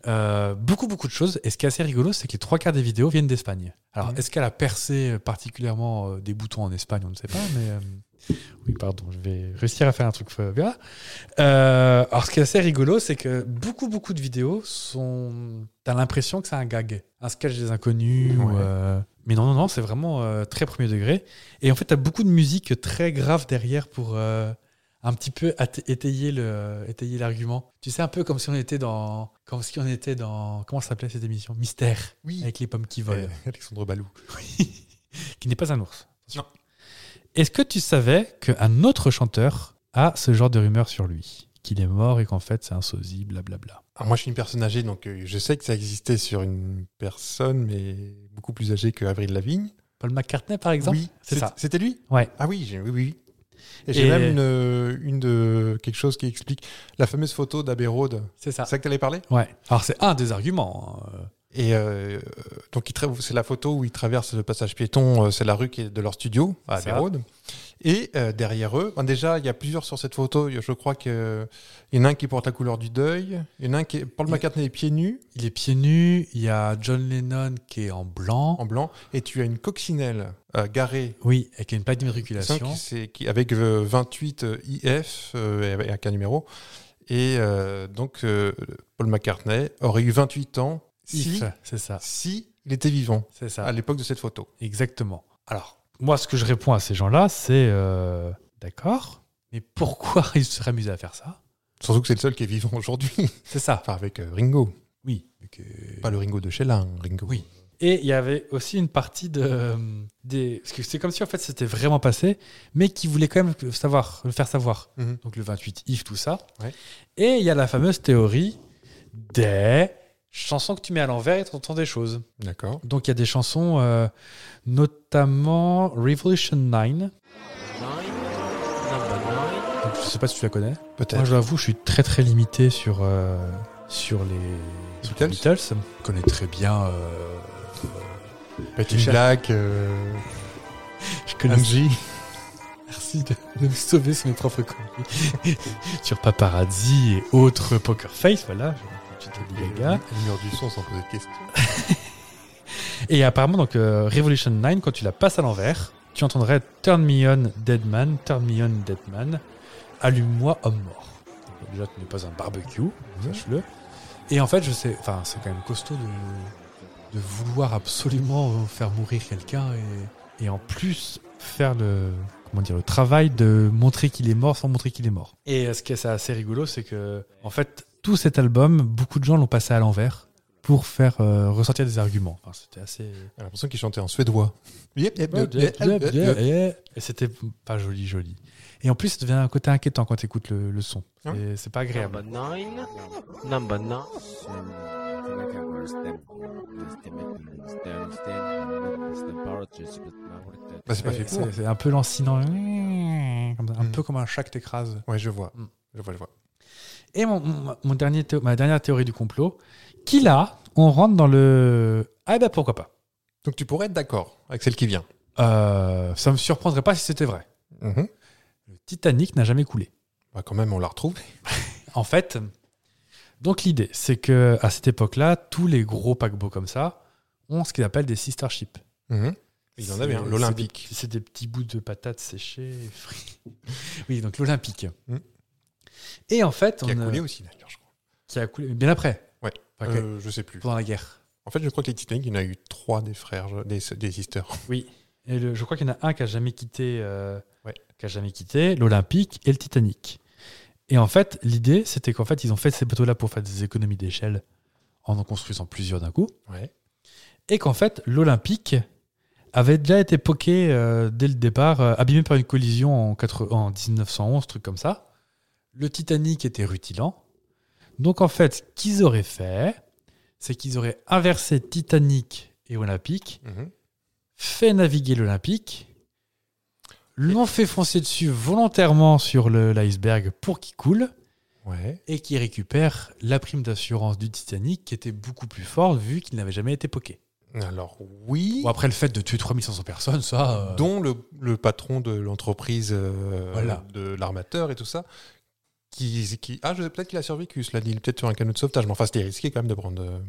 S4: Euh, beaucoup, beaucoup de choses. Et ce qui est assez rigolo, c'est que les trois quarts des vidéos viennent d'Espagne. Alors,
S5: Mhm.
S4: est-ce qu'elle a percé particulièrement euh, des boutons en Espagne On ne sait pas, mais. euh, Oui, pardon, je vais réussir à faire un truc euh, bien. Euh, alors, ce qui est assez rigolo, c'est que beaucoup, beaucoup de vidéos sont. T'as l'impression que c'est un gag, un sketch des inconnus. ou,
S5: Ouais.
S4: euh, Mais non, non, non, c'est vraiment euh, très premier degré. Et en fait, t'as beaucoup de musique très grave derrière pour euh, un petit peu at- étayer le, étayer l'argument. Tu sais, un peu comme si on était dans, comme si on était dans, comment ça s'appelait cette émission Mystère
S5: Oui.
S4: avec les pommes qui volent,
S5: Euh, Alexandre Balou.
S4: Eh qui n'est pas un ours.
S5: Non.
S4: Est-ce que tu savais qu'un autre chanteur a ce genre de rumeur sur lui, qu'il est mort et qu'en fait c'est un sosie, blablabla.
S5: Ah, moi, je suis une personne âgée, donc euh, je sais que ça existait sur une personne, mais beaucoup plus âgée que Avril Lavigne.
S4: Paul McCartney par exemple.
S5: oui,
S4: c'est ça.
S5: C'était lui
S4: Ouais.
S5: Ah oui, j'ai- oui, oui. oui. Et j'ai
S4: Et-
S5: même une, euh, une de quelque chose qui explique la fameuse photo d'Abbey Road.
S4: C'est ça.
S5: C'est ça que tu allais parler
S4: Ouais. Alors c'est un des arguments. hein.
S5: Et euh, euh, donc, il tra- c'est la photo où ils traversent le passage piéton, euh, c'est la rue qui est de leur studio à
S4: C'est
S5: Abbey
S4: ça.
S5: Road. Et euh, derrière eux, ben déjà, il y a plusieurs sur cette photo. Je crois qu'il y en a un qui porte la couleur du deuil. Il y en a un qui est. Paul
S4: Il-
S5: McCartney est pieds nus,
S4: Il est pieds nus, il y a John Lennon qui est en blanc.
S5: en blanc. Et tu as une coccinelle euh, garée.
S4: Oui, avec une plaque
S5: Il me semble
S4: d'immatriculation.
S5: que c'est- qui- avec euh, 28 euh, IF euh, et avec- avec un numéro. Et euh, donc, euh, Paul McCartney aurait eu 28 ans si,
S4: If, C'est ça.
S5: si il était vivant
S4: C'est ça.
S5: à l'époque de cette photo.
S4: Exactement. Alors, moi, ce que je réponds à ces gens-là, c'est euh, d'accord, mais pourquoi ils se seraient amusés à faire ça
S5: Surtout que c'est le seul qui est vivant aujourd'hui.
S4: C'est ça.
S5: Enfin, avec euh, Ringo.
S4: Oui.
S5: Pas le Ringo de Sheila, hein, Ringo.
S4: Oui. Et il y avait aussi une partie de euh, des parce que c'est comme si en fait c'était vraiment passé, mais qui voulait quand même le savoir, le faire savoir.
S5: Mhm.
S4: Donc le 28 Yves, tout ça.
S5: Ouais.
S4: Et il y a la fameuse théorie des chansons que tu mets à l'envers et t'entends des choses.
S5: D'accord.
S4: Donc il y a des chansons, euh, notamment Revolution 9. Donc, je sais pas si tu la connais. Moi,
S5: Peut-être.
S4: je l'avoue, je suis très très limité sur, euh, sur les sur les
S5: Beatles.
S4: Beatles. Je connais très bien. euh,
S5: Petit
S4: Richard.
S5: Black, euh,
S4: je
S5: Angie.
S4: Merci de, de me sauver sur mes propres conneries. sur Paparazzi et autres Poker Face, voilà. je- je te dis, les gars.
S5: Le mur euh, du son sans poser de questions.
S4: Et apparemment, donc euh, Revolution 9, quand tu la passes à l'envers, tu entendrais Turn Me On Dead Man, Turn Me On Dead Man, Allume-moi homme mort. Donc, Déjà, tu n'es pas un barbecue, sache-le. Et en fait, je sais, enfin, c'est quand même costaud de, de vouloir absolument euh, faire mourir quelqu'un et, et en plus faire le, comment dire, le travail de montrer qu'il est mort sans montrer qu'il est mort. Et euh, ce qui est ça, assez rigolo, c'est que, en fait, tout cet album, beaucoup de gens l'ont passé à l'envers pour faire euh, ressortir des arguments. Enfin, c'était assez.
S5: J'ai l'impression qu'il chantait en suédois. Yep, yep, yep, yep, yep, yep, yep.
S4: Et c'était pas joli, joli. Et en plus, ça devient un côté inquiétant quand tu écoutes le, le son.
S5: Hein
S4: Et C'est pas agréable.
S6: Number nine. Number nine.
S5: Bah, c'est pas fait pour.
S4: C'est c'est un peu lancinant, comme ça, un
S5: Mm.
S4: peu comme un chat que t'écrases.
S5: Ouais, je vois.
S4: Mm.
S5: Je vois, je vois.
S4: Et mon, mon- mon dernier théo- ma dernière théorie du complot, qui là, on rentre dans le. Ah bah pourquoi pas.
S5: Donc tu pourrais être d'accord avec celle qui vient.
S4: Euh, ça me surprendrait pas si c'était vrai.
S5: Mhm.
S4: Le Titanic n'a jamais coulé.
S5: Bah, quand même, on la retrouve.
S4: En fait, donc l'idée, c'est que à cette époque-là, tous les gros paquebots comme ça ont ce qu'ils appellent des sister ships.
S5: Mhm. Il y en
S4: C'est-
S5: avait un,
S4: c'est
S5: l'Olympique.
S4: des- C'est des petits bouts de patates séchées, et frites. oui, donc l'Olympique.
S5: Mm.
S4: Et en fait,
S5: Qui a
S4: on, euh,
S5: coulé aussi, d'ailleurs, je crois.
S4: qui a coulé mais bien après.
S5: Ouais.
S4: Enfin, que-
S5: Euh, je sais plus.
S4: Pendant la guerre.
S5: En fait, je crois que les Titanic, il y en a eu trois des frères, je- des, des sisters.
S4: Oui. Et le- je crois qu'il y en a un qui a jamais quitté, euh,
S5: Ouais.
S4: qui a jamais quitté l'Olympique et le Titanic. Et en fait, l'idée, c'était qu'en fait, ils ont fait ces bateaux-là pour faire des économies d'échelle en en construisant plusieurs d'un coup.
S5: Ouais.
S4: et qu'en fait, l'Olympique avait déjà été poqué euh, dès le départ, euh, abîmé par une collision en, 80 en 1911, truc comme ça. Le Titanic était rutilant. Donc en fait, ce qu'ils auraient fait, c'est qu'ils auraient inversé Titanic et Olympique,
S5: Mhm.
S4: fait naviguer l'Olympique, l'ont fait foncer dessus volontairement sur le- l'iceberg pour qu'il coule,
S5: Ouais.
S4: et qui récupère la prime d'assurance du Titanic qui était beaucoup plus forte vu qu'il n'avait jamais été poqué.
S5: Alors, oui.
S4: Bon, après le fait de tuer 3500 personnes, ça. euh,
S5: dont le, le patron de l'entreprise euh,
S4: Voilà.
S5: de l'armateur et tout ça. Qui, qui, ah, je sais peut-être qu'il a survécu, cela dit, il est peut-être sur un canot de sauvetage, mais enfin, c'était risqué quand même de prendre euh,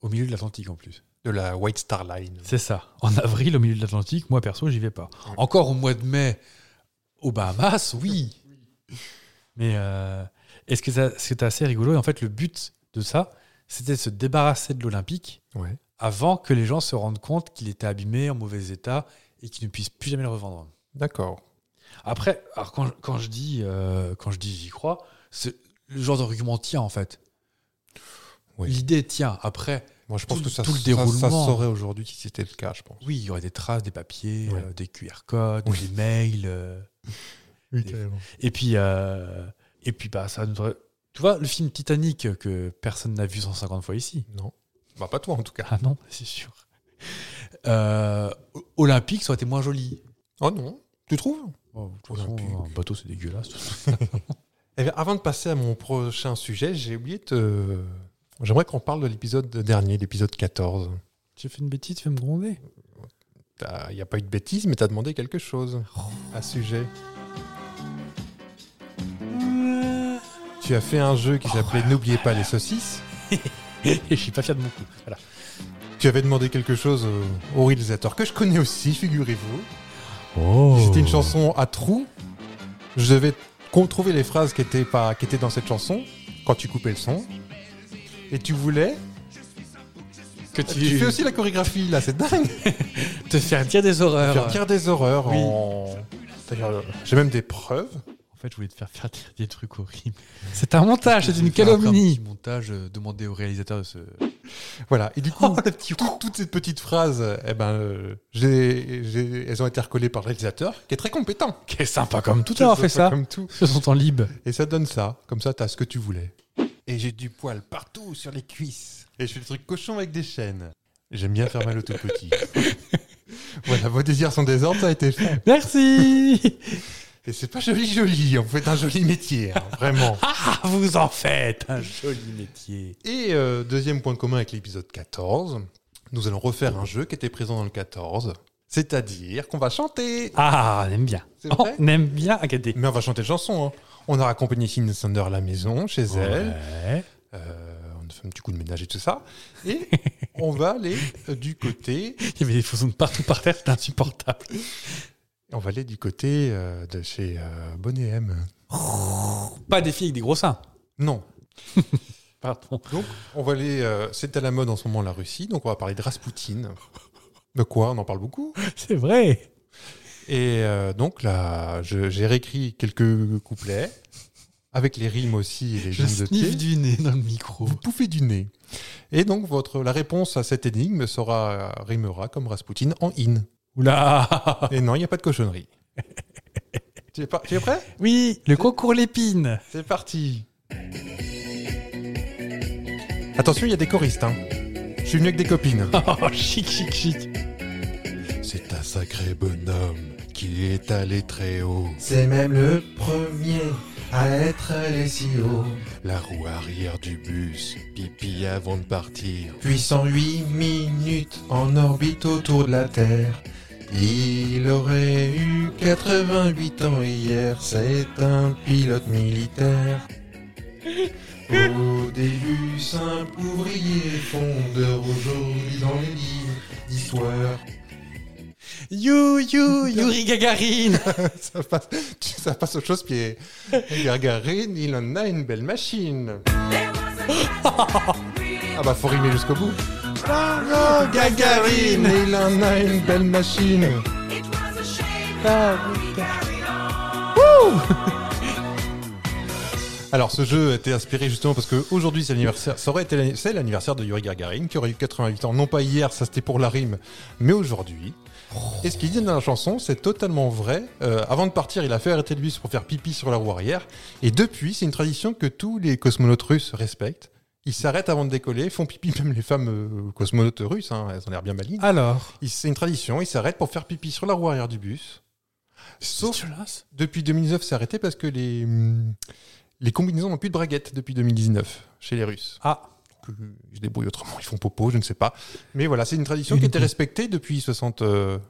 S4: Au milieu de l'Atlantique en plus.
S5: de la White Star Line.
S4: C'est ça. En avril, au milieu de l'Atlantique, moi perso, j'y vais pas. Encore au mois de mai, aux Bahamas, oui. Mais euh, est-ce que ça- c'était assez rigolo Et en fait, le but de ça, c'était de se débarrasser de l'Olympique
S5: Ouais.
S4: avant que les gens se rendent compte qu'il était abîmé, en mauvais état et qu'ils ne puissent plus jamais le revendre.
S5: D'accord.
S4: Après, alors quand, quand je dis euh, quand je dis j'y crois, c'est le genre d'argument tient en fait.
S5: Oui.
S4: L'idée tient. Après,
S5: Moi, je pense
S4: Tout-
S5: que ça,
S4: tout le
S5: ça- ça,
S4: déroulement.
S5: saurait aujourd'hui si c'était le cas, je pense.
S4: Oui, il y aurait des traces, des papiers,
S5: Ouais.
S4: euh, des QR codes,
S5: Oui.
S4: des mails. euh, Des-
S5: carrément.
S4: et puis, euh, et puis bah, ça nous aurait- Tu vois, le film Titanic que personne n'a vu 150 fois ici.
S5: Non. Bah, pas toi, en tout cas.
S4: Ah non, c'est sûr. Euh, O- Olympique, ça aurait été moins joli.
S5: Oh non, tu trouves
S4: Oh,
S5: toute façon,
S4: un bateau, c'est dégueulasse.
S5: Eh bien, avant de passer à mon prochain sujet, j'ai oublié de te... J'aimerais qu'on parle de l'épisode dernier, l'épisode 14.
S4: J'ai fait une bêtise, tu vas me gronder.
S5: Il n'y a pas eu de bêtises, mais t'as demandé quelque chose à ce sujet. Tu as fait un jeu qui s'appelait N'oubliez pas les saucisses.
S4: Et je suis pas fier de mon coup. Voilà.
S5: Tu avais demandé quelque chose au, au réalisateur que je connais aussi, figurez-vous.
S4: Oh.
S5: C'était une chanson à trous. Je devais con- trouver les phrases qui étaient, pas, qui étaient dans cette chanson quand tu coupais le son. Et tu voulais.
S4: que
S5: Tu fais aussi la chorégraphie là, c'est dingue.
S4: te faire dire des horreurs.
S5: Faire dire des horreurs.
S4: Oui.
S5: en- D'ailleurs, bah. euh, J'ai même des preuves.
S4: En fait, je voulais te faire faire dire des trucs horribles. C'est un montage, c'est une calomnie. Un petit montage demandé au réalisateur de ce.
S5: Voilà. Et du coup,
S4: Oh,
S5: tout- toutes ces petites phrases, euh, eh ben, euh, j'ai- j'ai- elles ont été recollées par le réalisateur, qui est très compétent.
S4: Qui est sympa comme tout
S5: Ça,
S4: d'avoir fait
S5: c'est pas
S4: ça.
S5: Comme tout.
S4: Ce sont en libre.
S5: Et ça donne ça. Comme ça, t'as ce que tu voulais. Et j'ai du poil partout sur les cuisses. Et je fais le truc cochon avec des chaînes. J'aime bien faire mal au tout petit. voilà, vos désirs sont des ordres, ça a été fait.
S4: Merci
S5: Et c'est pas joli, joli. On fait un joli métier, hein, vraiment.
S4: Ah, vous en faites un joli métier.
S5: Et euh, deuxième point commun avec l'épisode 14, nous allons refaire un jeu qui était présent dans le 14. C'est-à-dire qu'on va chanter.
S4: Ah, on aime bien.
S5: C'est
S4: Oh,
S5: vrai
S4: on aime bien Agadé.
S5: Mais on va chanter une chanson. hein. On a accompagné Sydney Sander à la maison, chez elle. Euh, on a fait un petit coup de ménage et tout ça. Et on va aller euh, du côté,
S4: Il y avait des faussons de partout par terre, c'était insupportable.
S5: on va aller du côté euh, de chez euh, Bonnet M.
S4: Pas des filles avec des gros seins.
S5: Non,
S4: Pardon.
S5: donc on va aller. euh, c'est à la mode en ce moment la Russie, donc on va parler de Raspoutine. De quoi On en parle beaucoup.
S4: C'est vrai.
S5: Et euh, donc là, je- j'ai réécrit quelques couplets avec les rimes aussi et les
S4: Je
S5: rimes de pied.
S4: sniffe du nez dans le micro.
S5: Vous pouffez du nez. Et donc votre la réponse à cette énigme sera rimera comme Raspoutine en in.
S4: Oula
S5: Et non, il n'y a pas de cochonnerie. tu, es par- tu es prêt
S4: Oui, le concours l'épine.
S5: C'est parti. Attention, il y a des choristes. hein. Je suis venu avec des copines.
S4: Oh, chic, chic, chic.
S5: C'est un sacré bonhomme qui est allé très haut.
S7: C'est même le premier à être allé si haut.
S5: La roue arrière du bus, pipi avant de partir.
S7: Puis 108 minutes en orbite autour de la Terre. Il aurait eu 88 ans hier, c'est un pilote militaire. Au début, simple ouvrier fondeur, aujourd'hui dans les livres d'histoire.
S4: You, you, Yuri Gagarine.
S5: ça, passe, tu- ça passe aux choses pieds. Gargarine, il en a une belle machine. ah bah faut rimer jusqu'au bout. Bravo, Gagarine, il en a une belle machine. Wouh Alors ce jeu était inspiré justement parce que aujourd'hui c'est l'anniversaire, ça aurait été l'anni- c'est l'anniversaire de Yuri Gagarin qui aurait eu 88 ans, non pas hier, ça c'était pour la rime, mais aujourd'hui. Et ce qu'il dit dans la chanson, c'est totalement vrai. Euh, avant de partir, il a fait arrêter le bus pour faire pipi sur la roue arrière. Et depuis, c'est une tradition que tous les cosmonautes russes respectent. Ils s'arrêtent avant de décoller, font pipi, même les femmes euh, cosmonautes russes, hein, elles ont l'air bien malines.
S4: Alors
S5: Ils- C'est une tradition, ils s'arrêtent pour faire pipi sur la roue arrière du bus. Sauf
S4: dégueulasse.
S5: depuis 2019, c'est arrêté parce que les, hum, les combinaisons n'ont plus de braguettes depuis 2019 chez les Russes.
S4: Ah,
S5: Donc, euh, Ils se débrouillent autrement, ils font popo, je ne sais pas. Mais voilà, c'est une tradition qui était respectée depuis 61.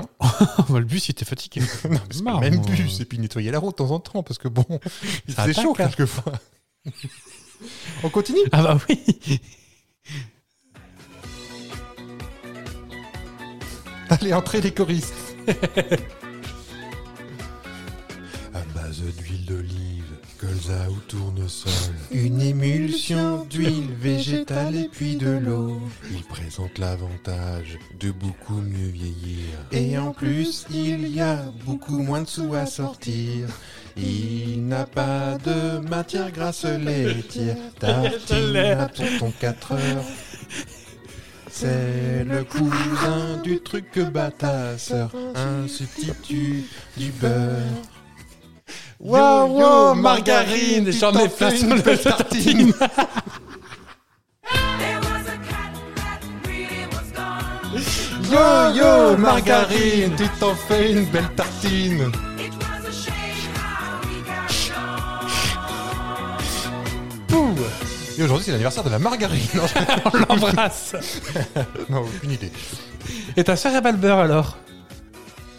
S4: Bah, le bus, il était fatigué.
S5: Non, mais c'est pas le
S4: Marre,
S5: même
S4: moi.
S5: bus. Et puis nettoyer la route de temps en temps, parce que bon, il
S4: Ça
S5: faisait
S4: attaque, hein.
S5: chaud
S4: là.
S5: quelquefois. On continue
S4: Ah bah oui
S5: Allez, entrez les choristes À base d'huile d'olive, colza ou tournesol,
S7: Une émulsion d'huile végétale et puis de l'eau.
S5: il présente l'avantage de beaucoup mieux vieillir.
S7: Et en plus, il y a beaucoup moins de sous à sortir. Il n'a pas de matière grasse laitière. Tartine à tonton 4 heures. C'est le cousin du truc que bat ta sœur. Un substitut du beurre.
S4: Wow, wow, margarine Et j'en ai plein sur le tartine
S5: Yo yo, margarine, tu t'en fais une belle tartine Pouh Et aujourd'hui, c'est l'anniversaire de la margarine. Non,
S4: On l'embrasse.
S5: je- non, aucune idée.
S4: Et ta sœur est Balber alors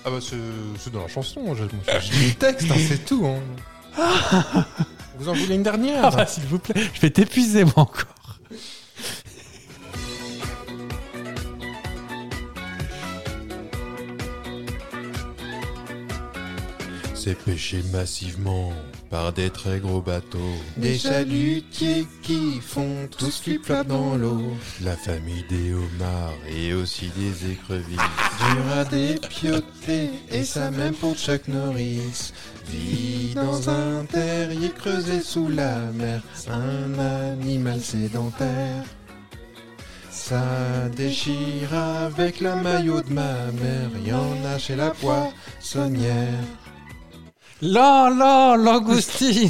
S5: Ah bah, c'est c'est dans la chanson. Je, je lis le texte, hein, c'est tout. hein. Vous en voulez une dernière
S4: Ah bah, s'il vous plaît, je vais t'épuiser moi encore.
S5: C'est pêché massivement par des très gros bateaux.
S7: Des chalutiers qui font tous flip-flop dans l'eau.
S5: La famille des homards et aussi des écrevisses.
S7: Du rat des piotés, et ça même pour Chuck Norris. Vit dans un terrier creusé sous la mer, un animal sédentaire. Ça déchire avec le maillot de ma mère, y en a chez la poissonnière.
S4: Là, là, langoustine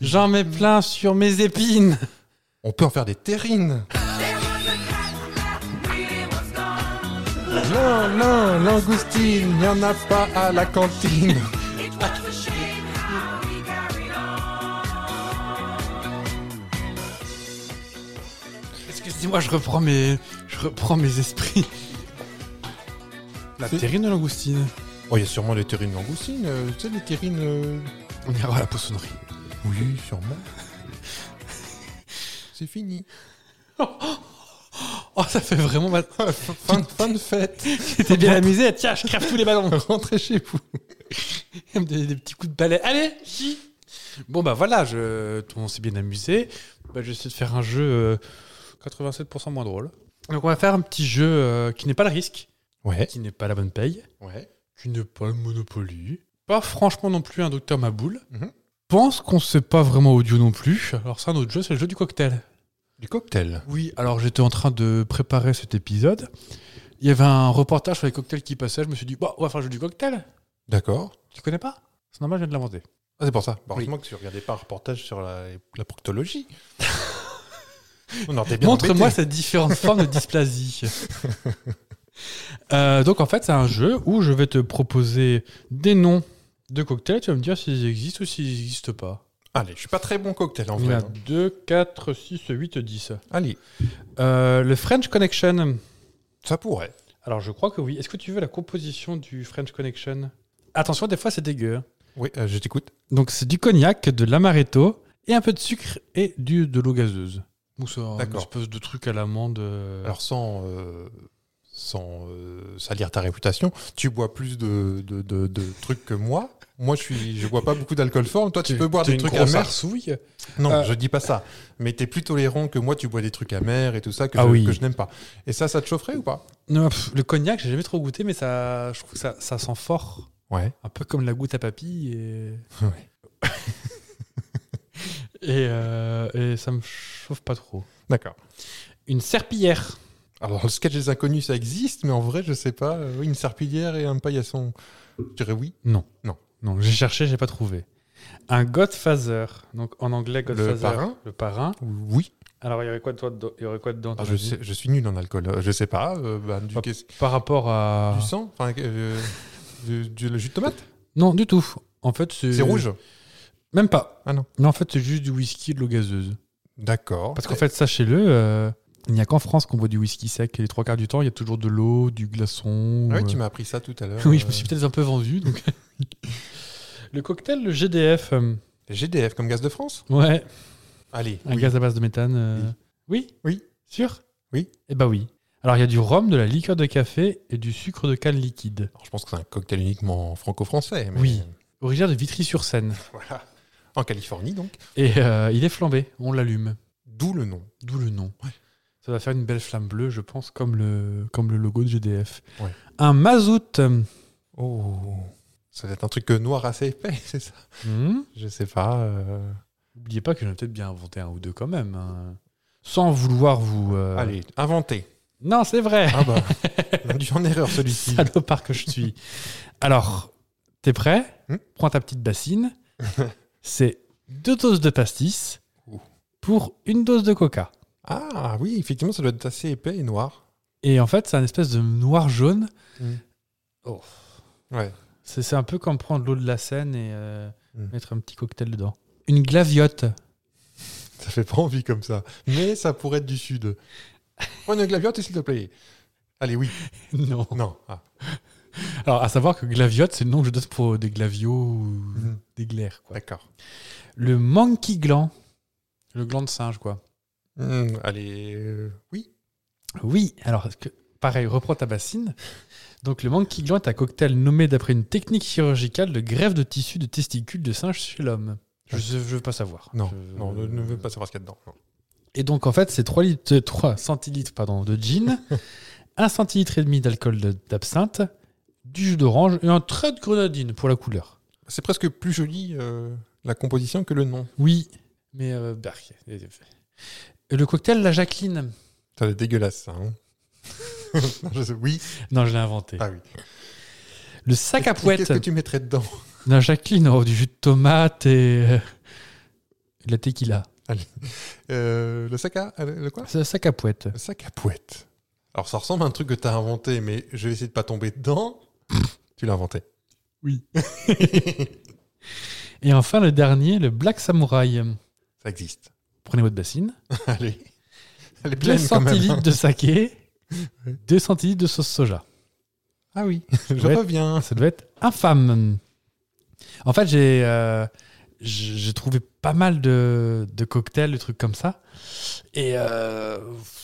S4: J'en mets plein sur mes épines
S5: On peut en faire des terrines. Non, non, langoustine, n'y en a pas à la cantine.
S4: Excusez-moi, je reprends mes, je reprends mes esprits. La terrine de langoustine.
S5: Oh, il y a sûrement des terrines langoustines. euh, tu sais, les terrines. euh,
S4: On ira à la poissonnerie.
S5: Oui, sûrement. C'est fini.
S4: Oh, ça fait vraiment mal.
S5: Fin, fin de fête.
S4: T'es bien amusé. Tiens, je crève tous les ballons.
S5: Rentrez chez vous.
S4: Elle me donnait des petits coups de balai. Allez, chi Bon, bah voilà, je... tout le monde s'est bien amusé. Bah, je vais essayer de faire un jeu euh, 87% moins drôle. Donc, on va faire un petit jeu euh, qui n'est pas le risque,
S5: Ouais.
S4: qui n'est pas la bonne paye,
S5: Ouais.
S4: qui n'est pas le Monopoly, pas franchement non plus un Docteur Maboule.
S5: Mhm.
S4: Pense qu'on ne sait pas vraiment audio non plus. Alors, c'est un autre jeu, c'est le jeu du cocktail.
S5: Du cocktail.
S4: Oui, alors j'étais en train de préparer cet épisode. Il y avait un reportage sur les cocktails qui passait. Je me suis dit, bah, on va faire le jeu du cocktail.
S5: D'accord.
S4: Tu connais pas C'est normal, je viens de l'inventer.
S5: Ah, c'est pour ça.
S4: Oui.
S5: Bah, Heureusement que tu regardais pas un reportage sur la, la proctologie. On en était bien
S4: Montre-moi
S5: embêtés.
S4: cette différentes formes de dysplasie. Euh, donc en fait, c'est un jeu où je vais te proposer des noms de cocktails. Tu vas me dire s'ils existent ou s'ils n'existent pas.
S5: Allez, je suis pas très bon cocktail en
S4: Il y en
S5: vrai.
S4: a
S5: hein.
S4: 2, 4, 6, 8, 10.
S5: Allez,
S4: Euh, le French Connection.
S5: ça pourrait.
S4: Alors je crois que oui. Est-ce que tu veux la composition du French Connection Attention, des fois c'est dégueu. hein.
S5: Oui, euh, je t'écoute.
S4: Donc c'est du cognac, de l'amaretto et un peu de sucre et du, de l'eau gazeuse. Ou c'est un
S5: D'accord.
S4: espèce de truc à l'amande. euh,
S5: Alors sans, euh, sans euh, salir ta réputation, tu bois plus de, de, de- de trucs que moi. Moi, je suis, je bois pas beaucoup d'alcool fort. Toi, tu
S4: T'es-
S5: peux boire
S4: t'es
S5: des
S4: une
S5: trucs
S4: grosse
S5: amers.
S4: arsouille.
S5: Non,
S4: Euh.
S5: je dis pas ça. Mais t'es plus tolérant que moi. Tu bois des trucs amers et tout ça que
S4: Ah
S5: je,
S4: oui.
S5: que je n'aime pas. Et ça, ça te chaufferait ou pas
S4: Non, pff, le cognac, j'ai jamais trop goûté, mais ça, je trouve que ça, ça sent fort.
S5: Ouais.
S4: Un peu comme la goutte à papy. Et,
S5: Ouais.
S4: et, euh, et ça me chauffe pas trop.
S5: D'accord.
S4: Une serpillière.
S5: Alors, le sketch des inconnus, ça existe, mais en vrai, je sais pas. Euh, oui, une serpillière et un paillasson. Je dirais oui.
S4: Non, j'ai cherché, j'ai pas trouvé. Un Godfather. Donc en anglais, Godfather.
S5: parrain
S4: Le parrain.
S5: Oui.
S4: Alors il y aurait quoi, toi, dedans- il y aurait quoi dedans
S5: Ah,
S4: ton
S5: je,
S4: avis
S5: sais- je suis nul en alcool. Euh, Je sais pas. euh, bah, du,
S4: Hop. Ah.
S5: qu'est-ce-
S4: Par rapport à.
S5: du sang Enfin, euh, du, du- le jus de tomate
S4: Non, du tout. En fait, c'est.
S5: C'est rouge
S4: Même pas.
S5: Ah non.
S4: Non, en fait, c'est juste du whisky et de l'eau gazeuse.
S5: D'accord.
S4: Parce qu'en fait, sachez-le, euh, il n'y a qu'en France qu'on boit du whisky sec. Et les trois quarts du temps, il y a toujours de l'eau, du glaçon.
S5: Ah oui,
S4: euh,
S5: tu m'as appris ça tout à l'heure.
S4: oui, je me suis
S5: Euh,
S4: peut-être un peu vendu. Donc... le cocktail, le GDF. euh,
S5: GDF comme gaz de France
S4: Ouais,
S5: Allez.
S4: un gaz à base de méthane. euh, Oui
S5: Oui.
S4: Sûr
S5: Oui.
S4: Eh bah oui. Alors, il y a du rhum, de la liqueur de café et du sucre de canne liquide.
S5: Alors, je pense que c'est un cocktail uniquement franco-français. mais-
S4: Oui. Originaire de Vitry-sur-Seine.
S5: Voilà. En Californie, donc.
S4: Et euh, il est flambé, on l'allume.
S5: D'où le nom.
S4: D'où le nom. Ça va faire une belle flamme bleue, je pense, comme le, comme le logo de GDF.
S5: Ouais.
S4: Un mazout. euh,
S5: Oh. Ça doit être un truc euh, noir assez épais, c'est ça
S4: hmm
S5: Je sais pas. euh,
S4: N'oubliez pas que j'en ai peut-être bien inventé un ou deux quand même. hein. Sans vouloir vous. euh,
S5: Allez, inventé.
S4: Non, c'est vrai.
S5: Ah bah, on a dû en erreur celui-ci.
S4: Salopard que je suis. Alors, t'es prêt
S5: Hmm
S4: Prends ta petite bassine. c'est deux doses de pastis
S5: Ouh.
S4: pour une dose de coca.
S5: Ah oui, effectivement, ça doit être assez épais et noir.
S4: Et en fait, c'est un espèce de noir-jaune.
S5: Hmm.
S4: Oh.
S5: Ouais.
S4: C'est c'est un peu comme prendre l'eau de la Seine et euh,
S5: Hmm.
S4: mettre un petit cocktail dedans. Une glaviote.
S5: Ça fait pas envie comme ça. Mais ça pourrait être du sud. Prends une glaviote, s'il te plaît. Allez, oui.
S4: Non.
S5: Non. Ah.
S4: Alors, à savoir que glaviote, c'est le nom que je donne pour des glaviots ou des glaires. Quoi.
S5: Hmm. D'accord.
S4: Le monkey gland. Le gland de singe, quoi.
S5: Hmm, allez. euh, oui.
S4: Oui, alors, est-ce que- pareil, reprends ta bassine. Donc, le monkey gland est un cocktail nommé d'après une technique chirurgicale de greffe de tissu de testicules de singe chez l'homme. Je ne veux pas savoir.
S5: Non.
S4: Je-
S5: Non, ne, ne veux pas savoir ce qu'il y a dedans. non.
S4: Et donc, en fait, c'est 3, litres, 3 centilitres pardon, de gin, 1 centilitre et demi d'alcool de- d'absinthe, du jus d'orange et un trait de grenadine pour la couleur.
S5: C'est presque plus joli euh, la composition que le nom.
S4: Oui, mais... euh, bah, et- et le cocktail, la Jacqueline.
S5: Ça c'est dégueulasse, ça. hein. Non, je sais- Oui.
S4: Non, je l'ai inventé.
S5: Ah oui.
S4: Le sac à
S5: Qu'est-ce
S4: pouette.
S5: que tu mettrais dedans
S4: Non, Jacqueline, oh, du jus de tomate et... euh, de la tequila.
S5: Euh, Le sac à. Le le quoi
S4: C'est un sac à pouette.
S5: Le sac à pouette. Alors, ça ressemble à un truc que t'as inventé, mais je vais essayer de pas tomber dedans. tu l'as inventé.
S4: Et enfin, le dernier, le black samouraï.
S5: Ça existe.
S4: Prenez votre bassine.
S5: Allez. Elle est
S4: 2
S5: pleine quand même. hein.
S4: centilitres de saké, 2 centilitres de sauce soja.
S5: Ah oui, je
S4: Ouais.
S5: reviens.
S4: Ça doit être infâme. En fait, j'ai euh, j- j'ai trouvé pas mal de, de cocktails, de trucs comme ça. Et euh,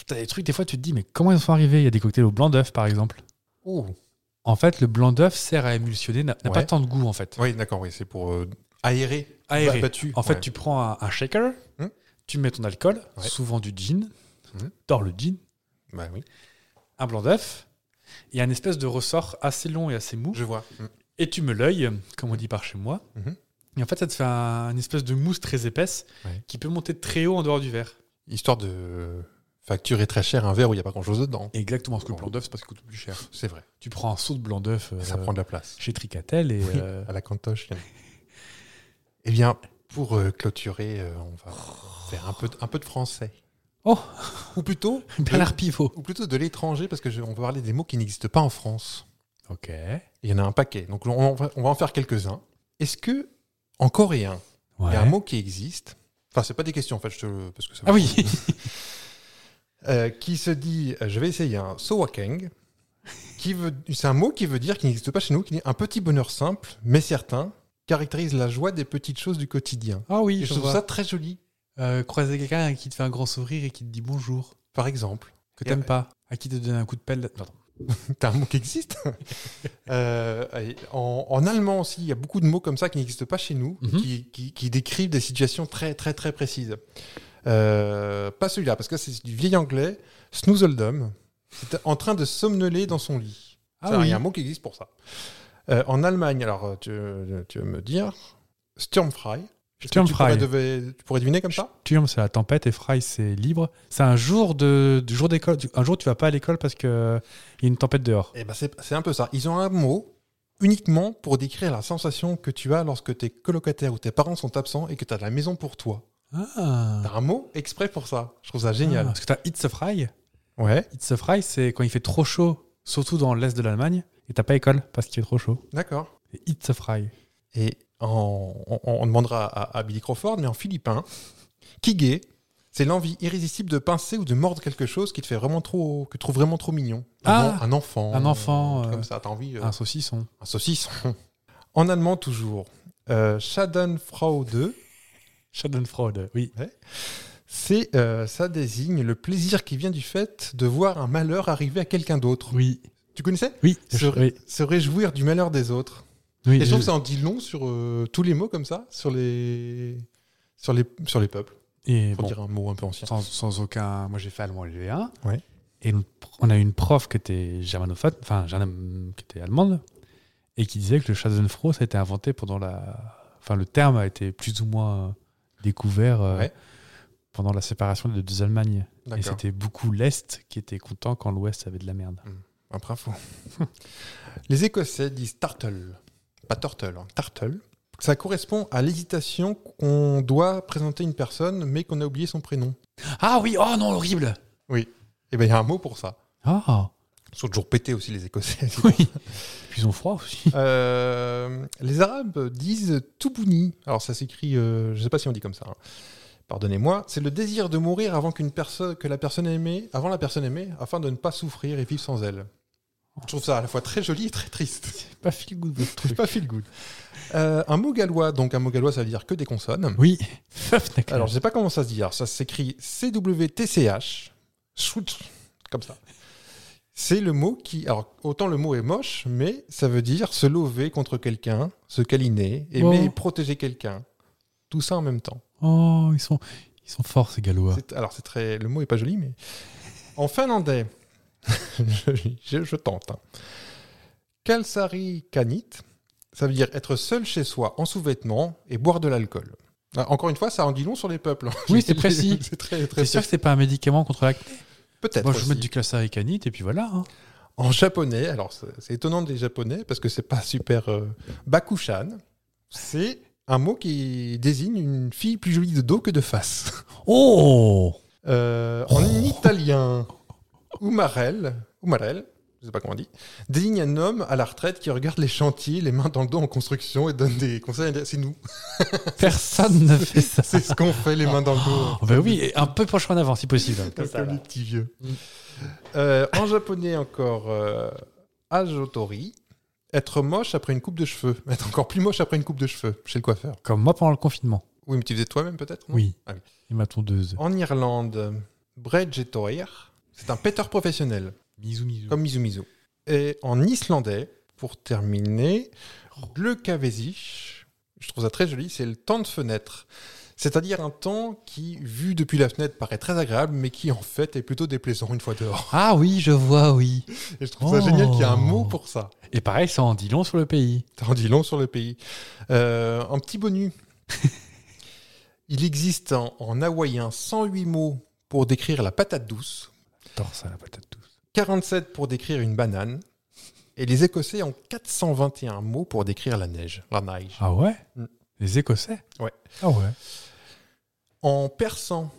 S4: t'as des trucs, des fois, tu te dis, mais comment ils sont arrivés Il y a des cocktails au blanc d'œuf, par exemple.
S5: Oh.
S4: En fait, le blanc d'œuf sert à émulsionner, n'a n'a pas
S5: Ouais.
S4: tant de goût, en fait.
S5: Oui, d'accord, oui, c'est pour euh, aérer. Bah,
S4: Aérer.
S5: Battu.
S4: En fait,
S5: Ouais.
S4: tu prends un, un shaker,
S5: Hmm.
S4: tu mets ton alcool,
S5: Ouais.
S4: souvent du gin,
S5: Hmm.
S4: dans le gin,
S5: Bah oui,
S4: un blanc d'œuf, et un espèce de ressort assez long et assez mou.
S5: je vois. Mm.
S4: et tu me l'œil, comme on dit par chez moi.
S5: Mhm.
S4: Et en fait, ça te fait un- une espèce de mousse très épaisse
S5: Ouais.
S4: qui peut monter très haut en dehors du verre.
S5: Histoire de euh, facturer très cher un verre où il n'y a pas grand-chose dedans.
S4: Exactement, parce
S5: que le blanc
S4: d'œuf, c'est parce qu'il coûte plus cher.
S5: C'est vrai,
S4: Tu prends un seau de blanc d'œuf euh,
S5: ça prend de la place.
S4: chez Tricatel et.
S5: Oui,
S4: euh,
S5: à la cantoche. il y en a. eh bien, pour euh, clôturer, euh, on va faire un peu, de- un peu de français.
S4: Oh
S5: Ou plutôt,
S4: Bernard Pivot
S5: ou plutôt de l'étranger, parce qu'on peut parler des mots qui n'existent pas en France.
S4: Ok.
S5: Il y en a un paquet. Donc on va, on va en faire quelques-uns. Est-ce que en coréen, il y a un mot qui existe Enfin, c'est pas des questions en fait, je te- parce que ça
S4: Ah
S5: va-
S4: oui
S5: Euh, qui se dit, euh, je vais essayer un sowakeng, qui veut, c'est un mot qui veut dire qui n'existe pas chez nous, qui dit un petit bonheur simple mais certain caractérise la joie des petites choses du quotidien.
S4: Ah oui, Euh,
S5: Et je trouve ça très joli.
S4: croiser quelqu'un qui te fait un grand sourire et qui te dit bonjour,
S5: Par exemple,
S4: que
S5: t'aimes
S4: t'aimes pas, à qui te donne un coup de pelle. Pardon.
S5: t'as un mot qui existe. Euh, et en, en allemand aussi, il y a beaucoup de mots comme ça qui n'existent pas chez nous,
S4: Mhm.
S5: qui, qui- qui décrivent des situations très très très précises. Euh, pas celui-là, parce que c'est du vieil anglais, snoozeldom, c'est en train de somnoler dans son lit.
S4: Ah
S5: Ça,
S4: oui.
S5: Il y a un mot qui existe pour ça. Euh, en Allemagne, alors tu, euh, tu veux me dire, Sturmfrei. Est-ce que
S4: Sturmfrei.
S5: Tu pourrais, devais- tu pourrais deviner comme ça
S4: Sturm, c'est la tempête et Fry, c'est libre. C'est un jour de du jour d'école. Tu- Un jour, tu vas pas à l'école parce que euh, il y a une tempête dehors.
S5: Eh ben, c'est c'est un peu ça. Ils ont un mot uniquement pour décrire la sensation que tu as lorsque tes colocataires ou tes parents sont absents et que tu as de la maison pour toi.
S4: Ah.
S5: T'as un mot exprès pour ça. Je trouve ça génial.
S4: Ah, parce que t'as It's a Fry.
S5: Ouais,
S4: It's a Fry, c'est quand il fait trop chaud, surtout dans l'est de l'Allemagne, et t'as pas école parce qu'il fait trop chaud.
S5: d'accord.
S4: Et It's a Fry.
S5: Et en- on, on demandera à, à Billy Crawford, mais en philippin, kigé, c'est l'envie irrésistible de pincer ou de mordre quelque chose qui te fait vraiment trop, que tu trouves vraiment trop mignon. Un
S4: Ah
S5: en- un enfant.
S4: Un enfant,
S5: truc
S4: euh,
S5: comme ça, t'as envie. euh,
S4: Un saucisson.
S5: un saucisson. en allemand toujours. Euh, Schadenfreude.
S4: Schadenfreude, oui.
S5: C'est, euh, ça désigne le plaisir qui vient du fait de voir un malheur arriver à quelqu'un d'autre.
S4: Oui.
S5: Tu connaissais
S4: Oui.
S5: se,
S4: oui.
S5: se réjouir du malheur des autres.
S4: oui,
S5: Et je trouve
S4: je-
S5: que ça en dit long sur euh, tous les mots comme ça, sur les, sur les, sur les peuples.
S4: Et
S5: Pour
S4: bon,
S5: dire un mot un peu ancien.
S4: sans, sans aucun. Moi, j'ai fait allemand LV1.
S5: Ouais.
S4: Et une pro- on a eu une prof qui était germanophone, enfin, german- qui était allemande, et qui disait que le Schadenfreude, ça a été inventé pendant la. Enfin, le terme a été plus ou moins euh, découvert euh,
S5: Ouais.
S4: pendant la séparation des deux Allemagnes. Et
S5: D'accord.
S4: c'était beaucoup l'Est qui était content quand l'Ouest avait de la merde.
S5: Après info. les Écossais disent turtle, pas turtle, hein, turtle. Ça correspond à l'hésitation qu'on doit présenter une personne, mais qu'on a oublié son prénom.
S4: Ah oui, oh non, horrible
S5: Et bien, il y a un mot pour ça.
S4: Ah
S5: Ils sont toujours pétés aussi, les Écossais.
S4: oui Puis ils ont froid aussi.
S5: Euh, les Arabes disent toubouni. Alors ça s'écrit, euh, je sais pas si on dit comme ça. hein. pardonnez-moi, c'est le désir de mourir avant qu'une personne, que la personne aimée, avant la personne aimée, afin de ne pas souffrir et vivre sans elle. Je trouve ça à la fois très joli et très triste.
S4: Pas feel good, votre
S5: C'est
S4: truc.
S5: pas feel good. Euh, un mot gallois, donc un mot gallois, ça veut dire que des consonnes.
S4: Oui.
S5: Alors, je sais pas comment ça se dit. Alors, ça s'écrit CWTCH. Schwutz, Comme ça. C'est le mot qui. Alors, autant le mot est moche, mais ça veut dire se lever contre quelqu'un, se câliner, aimer
S4: Oh.
S5: et protéger quelqu'un. Tout ça en même temps.
S4: Oh, ils sont, ils sont forts, ces Gallois.
S5: C'est- Alors, c'est très. Le mot est pas joli, mais. En finlandais, je, je- je tente. hein. Kalsari kanit, ça veut dire être seul chez soi en sous-vêtements et boire de l'alcool. Ah, Encore une fois, ça en dit long sur les peuples. hein.
S4: Oui, c'est précis.
S5: c'est très, très
S4: T'es sûr que c'est pas un médicament contre l'acné
S5: Peut-être.
S4: Moi, je vais
S5: aussi.
S4: mettre du classaricanite et puis voilà. hein.
S5: En japonais, alors c'est c'est étonnant des japonais parce que c'est pas super. euh, Bakushan, c'est un mot qui désigne une fille plus jolie de dos que de face.
S4: Oh
S5: Euh, en
S6: Oh.
S5: italien, umarel, umarel, je sais pas comment on dit, désigne un homme à la retraite qui regarde les chantiers, les mains dans le dos en construction et donne des conseils. C'est nous,
S4: Personne ne fait ça.
S5: c'est ce qu'on fait, les mains dans le dos.
S4: Oh, bah oui, et un peu penché en avant si possible.
S5: Comme
S6: ça, là. Mm.
S5: les petits vieux. Euh, en japonais encore, euh, ajotori, être moche après une coupe de cheveux. Être encore plus moche après une coupe de cheveux chez le coiffeur.
S4: Comme moi pendant le confinement.
S5: Oui, mais tu faisais toi-même peut-être non
S4: Oui.
S5: Ah oui.
S4: Et ma tondeuse.
S5: En Irlande, bredgetoir, c'est un péteur professionnel,
S4: Bisous, bisous.
S5: comme Mizu Mizu. Et en islandais, pour terminer, le kavezich, je trouve ça très joli, c'est le temps de fenêtre. C'est-à-dire un temps qui, vu depuis la fenêtre, paraît très agréable, mais qui en fait est plutôt déplaisant une fois dehors.
S4: Ah oui, je vois, oui.
S5: Et je trouve ça génial qu'il y ait un mot pour ça.
S4: Et pareil, ça en dit long sur le pays.
S5: T'en dis long sur le pays. Euh, un petit bonus. Il existe en, en hawaïen 108 mots pour décrire la patate douce,
S4: J'adore ça, la patate douce.
S5: 47 pour décrire une banane, et les Écossais ont 421 mots pour décrire la neige. La neige.
S4: Ah ouais
S5: Mm.
S4: Les Écossais
S5: Ouais.
S4: Ah ouais.
S5: En persan,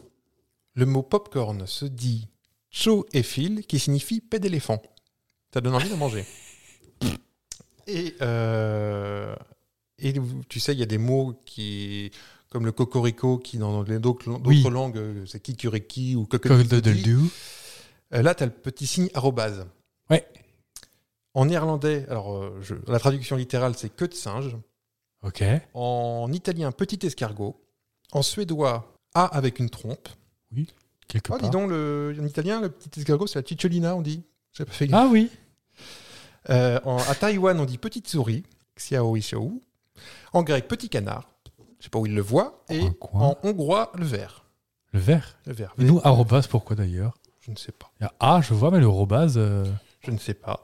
S5: le mot popcorn se dit cho et fil, qui signifie paix d'éléphant. Ça donne envie de manger. Et, euh, et tu sais, il y a des mots qui, comme le cocorico, qui dans les- d'autres d'autres
S4: Oui.
S5: langues, euh, c'est kikiriki ou cocodoodle.
S4: Cododeldu.
S5: Euh, Là, tu as le petit signe arrobase.
S4: Ouais.
S5: En néerlandais, alors euh, je- la traduction littérale, c'est queue de singe.
S4: Ok.
S5: En italien, petit escargot. En suédois, A avec une trompe.
S4: Quelque
S5: Ah, dis
S4: part.
S5: donc, le, en italien, le petit escargot, c'est la cicciolina, on dit. J'ai pas fait gaffe.
S4: Ah oui.
S5: Euh, en- à Taïwan, on dit petite souris, xiao xiao. En grec, petit canard. Je sais pas où ils le voient. Et
S4: Un coin.
S5: en hongrois, le vert.
S4: Le vert.
S5: Le vert.
S4: Et nous, arrobase, pourquoi d'ailleurs
S5: Je ne sais pas.
S4: Il y a A, je vois, mais le robase. euh,
S5: Je ne sais pas.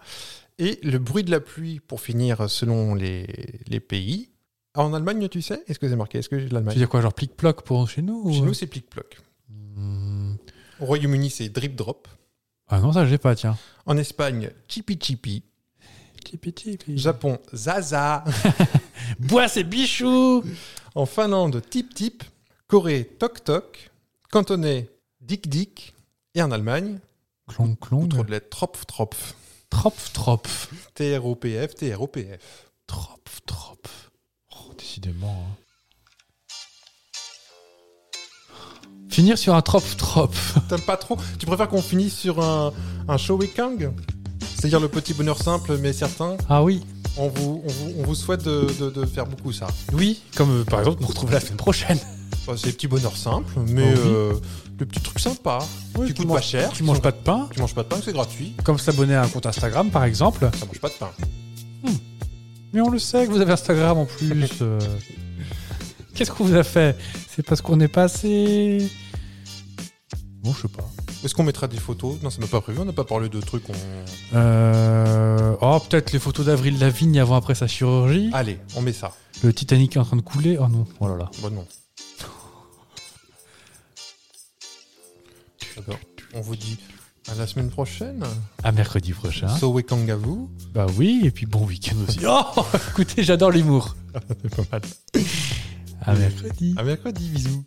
S5: Et le bruit de la pluie, pour finir, selon les, les pays. Ah, En Allemagne, tu sais Est-ce que c'est marqué Est-ce que j'ai de
S4: Tu
S5: l'Allemagne
S4: veux dire quoi, genre plic-ploc pour chez nous
S5: Chez
S4: ou-
S5: nous, c'est plic-ploc.
S4: Hmm.
S5: Au Royaume-Uni, c'est drip-drop.
S4: Ah non, ça, j'ai pas, tiens.
S5: En Espagne, chipi-chipi.
S4: Tipi, tipi.
S5: Japon, zaza.
S4: Bois, c'est bichou
S5: En Finlande, Tip Tip. Corée, Tok Tok. Cantonais, Dik Dik. Et en Allemagne,
S4: Clon, clon. euh,
S5: outre de lettres, Tropf Tropf.
S4: Tropf, tropf.
S5: TROPF, TROPF.
S4: Tropf, tropf. Oh, décidément. hein. Finir sur un tropf, tropf.
S5: T'aimes pas trop Tu préfères qu'on finisse sur un, un showy Kang C'est-à-dire le petit bonheur simple mais certain
S4: Ah oui.
S5: On vous, on vous, on vous souhaite de, de- de faire beaucoup ça.
S4: Oui, comme euh, par exemple, nous retrouver la semaine prochaine.
S5: Enfin, c'est des petits bonheurs simples, mais
S4: Oh oui.
S5: euh, le petit truc sympa. tu coûtes pas
S4: manges,
S5: cher.
S4: Tu manges pas de pain,
S5: Tu manges pas de pain, c'est gratuit.
S4: comme s'abonner à un compte Instagram par exemple.
S5: Ça mange pas de pain.
S4: Mais on le sait que vous avez Instagram en plus. euh. Qu'est-ce qu'on vous a fait C'est parce qu'on n'est pas assez. Bon, je sais pas.
S5: Est-ce qu'on mettra des photos Non, ça m'a pas prévu. On n'a pas parlé de trucs. On...
S4: Euh... Oh, peut-être les photos d'Avril Lavigne avant après sa chirurgie.
S5: Allez, on met ça.
S4: Le Titanic est en train de couler. Oh non, oh là là.
S5: Bon, non. D'accord. On vous dit à la semaine prochaine.
S4: À mercredi prochain.
S5: Showy Kang à vous.
S4: Bah oui, et puis bon week-end aussi. Oh, écoutez, j'adore l'humour.
S5: C'est pas mal.
S4: À mercredi.
S5: À mercredi, bisous.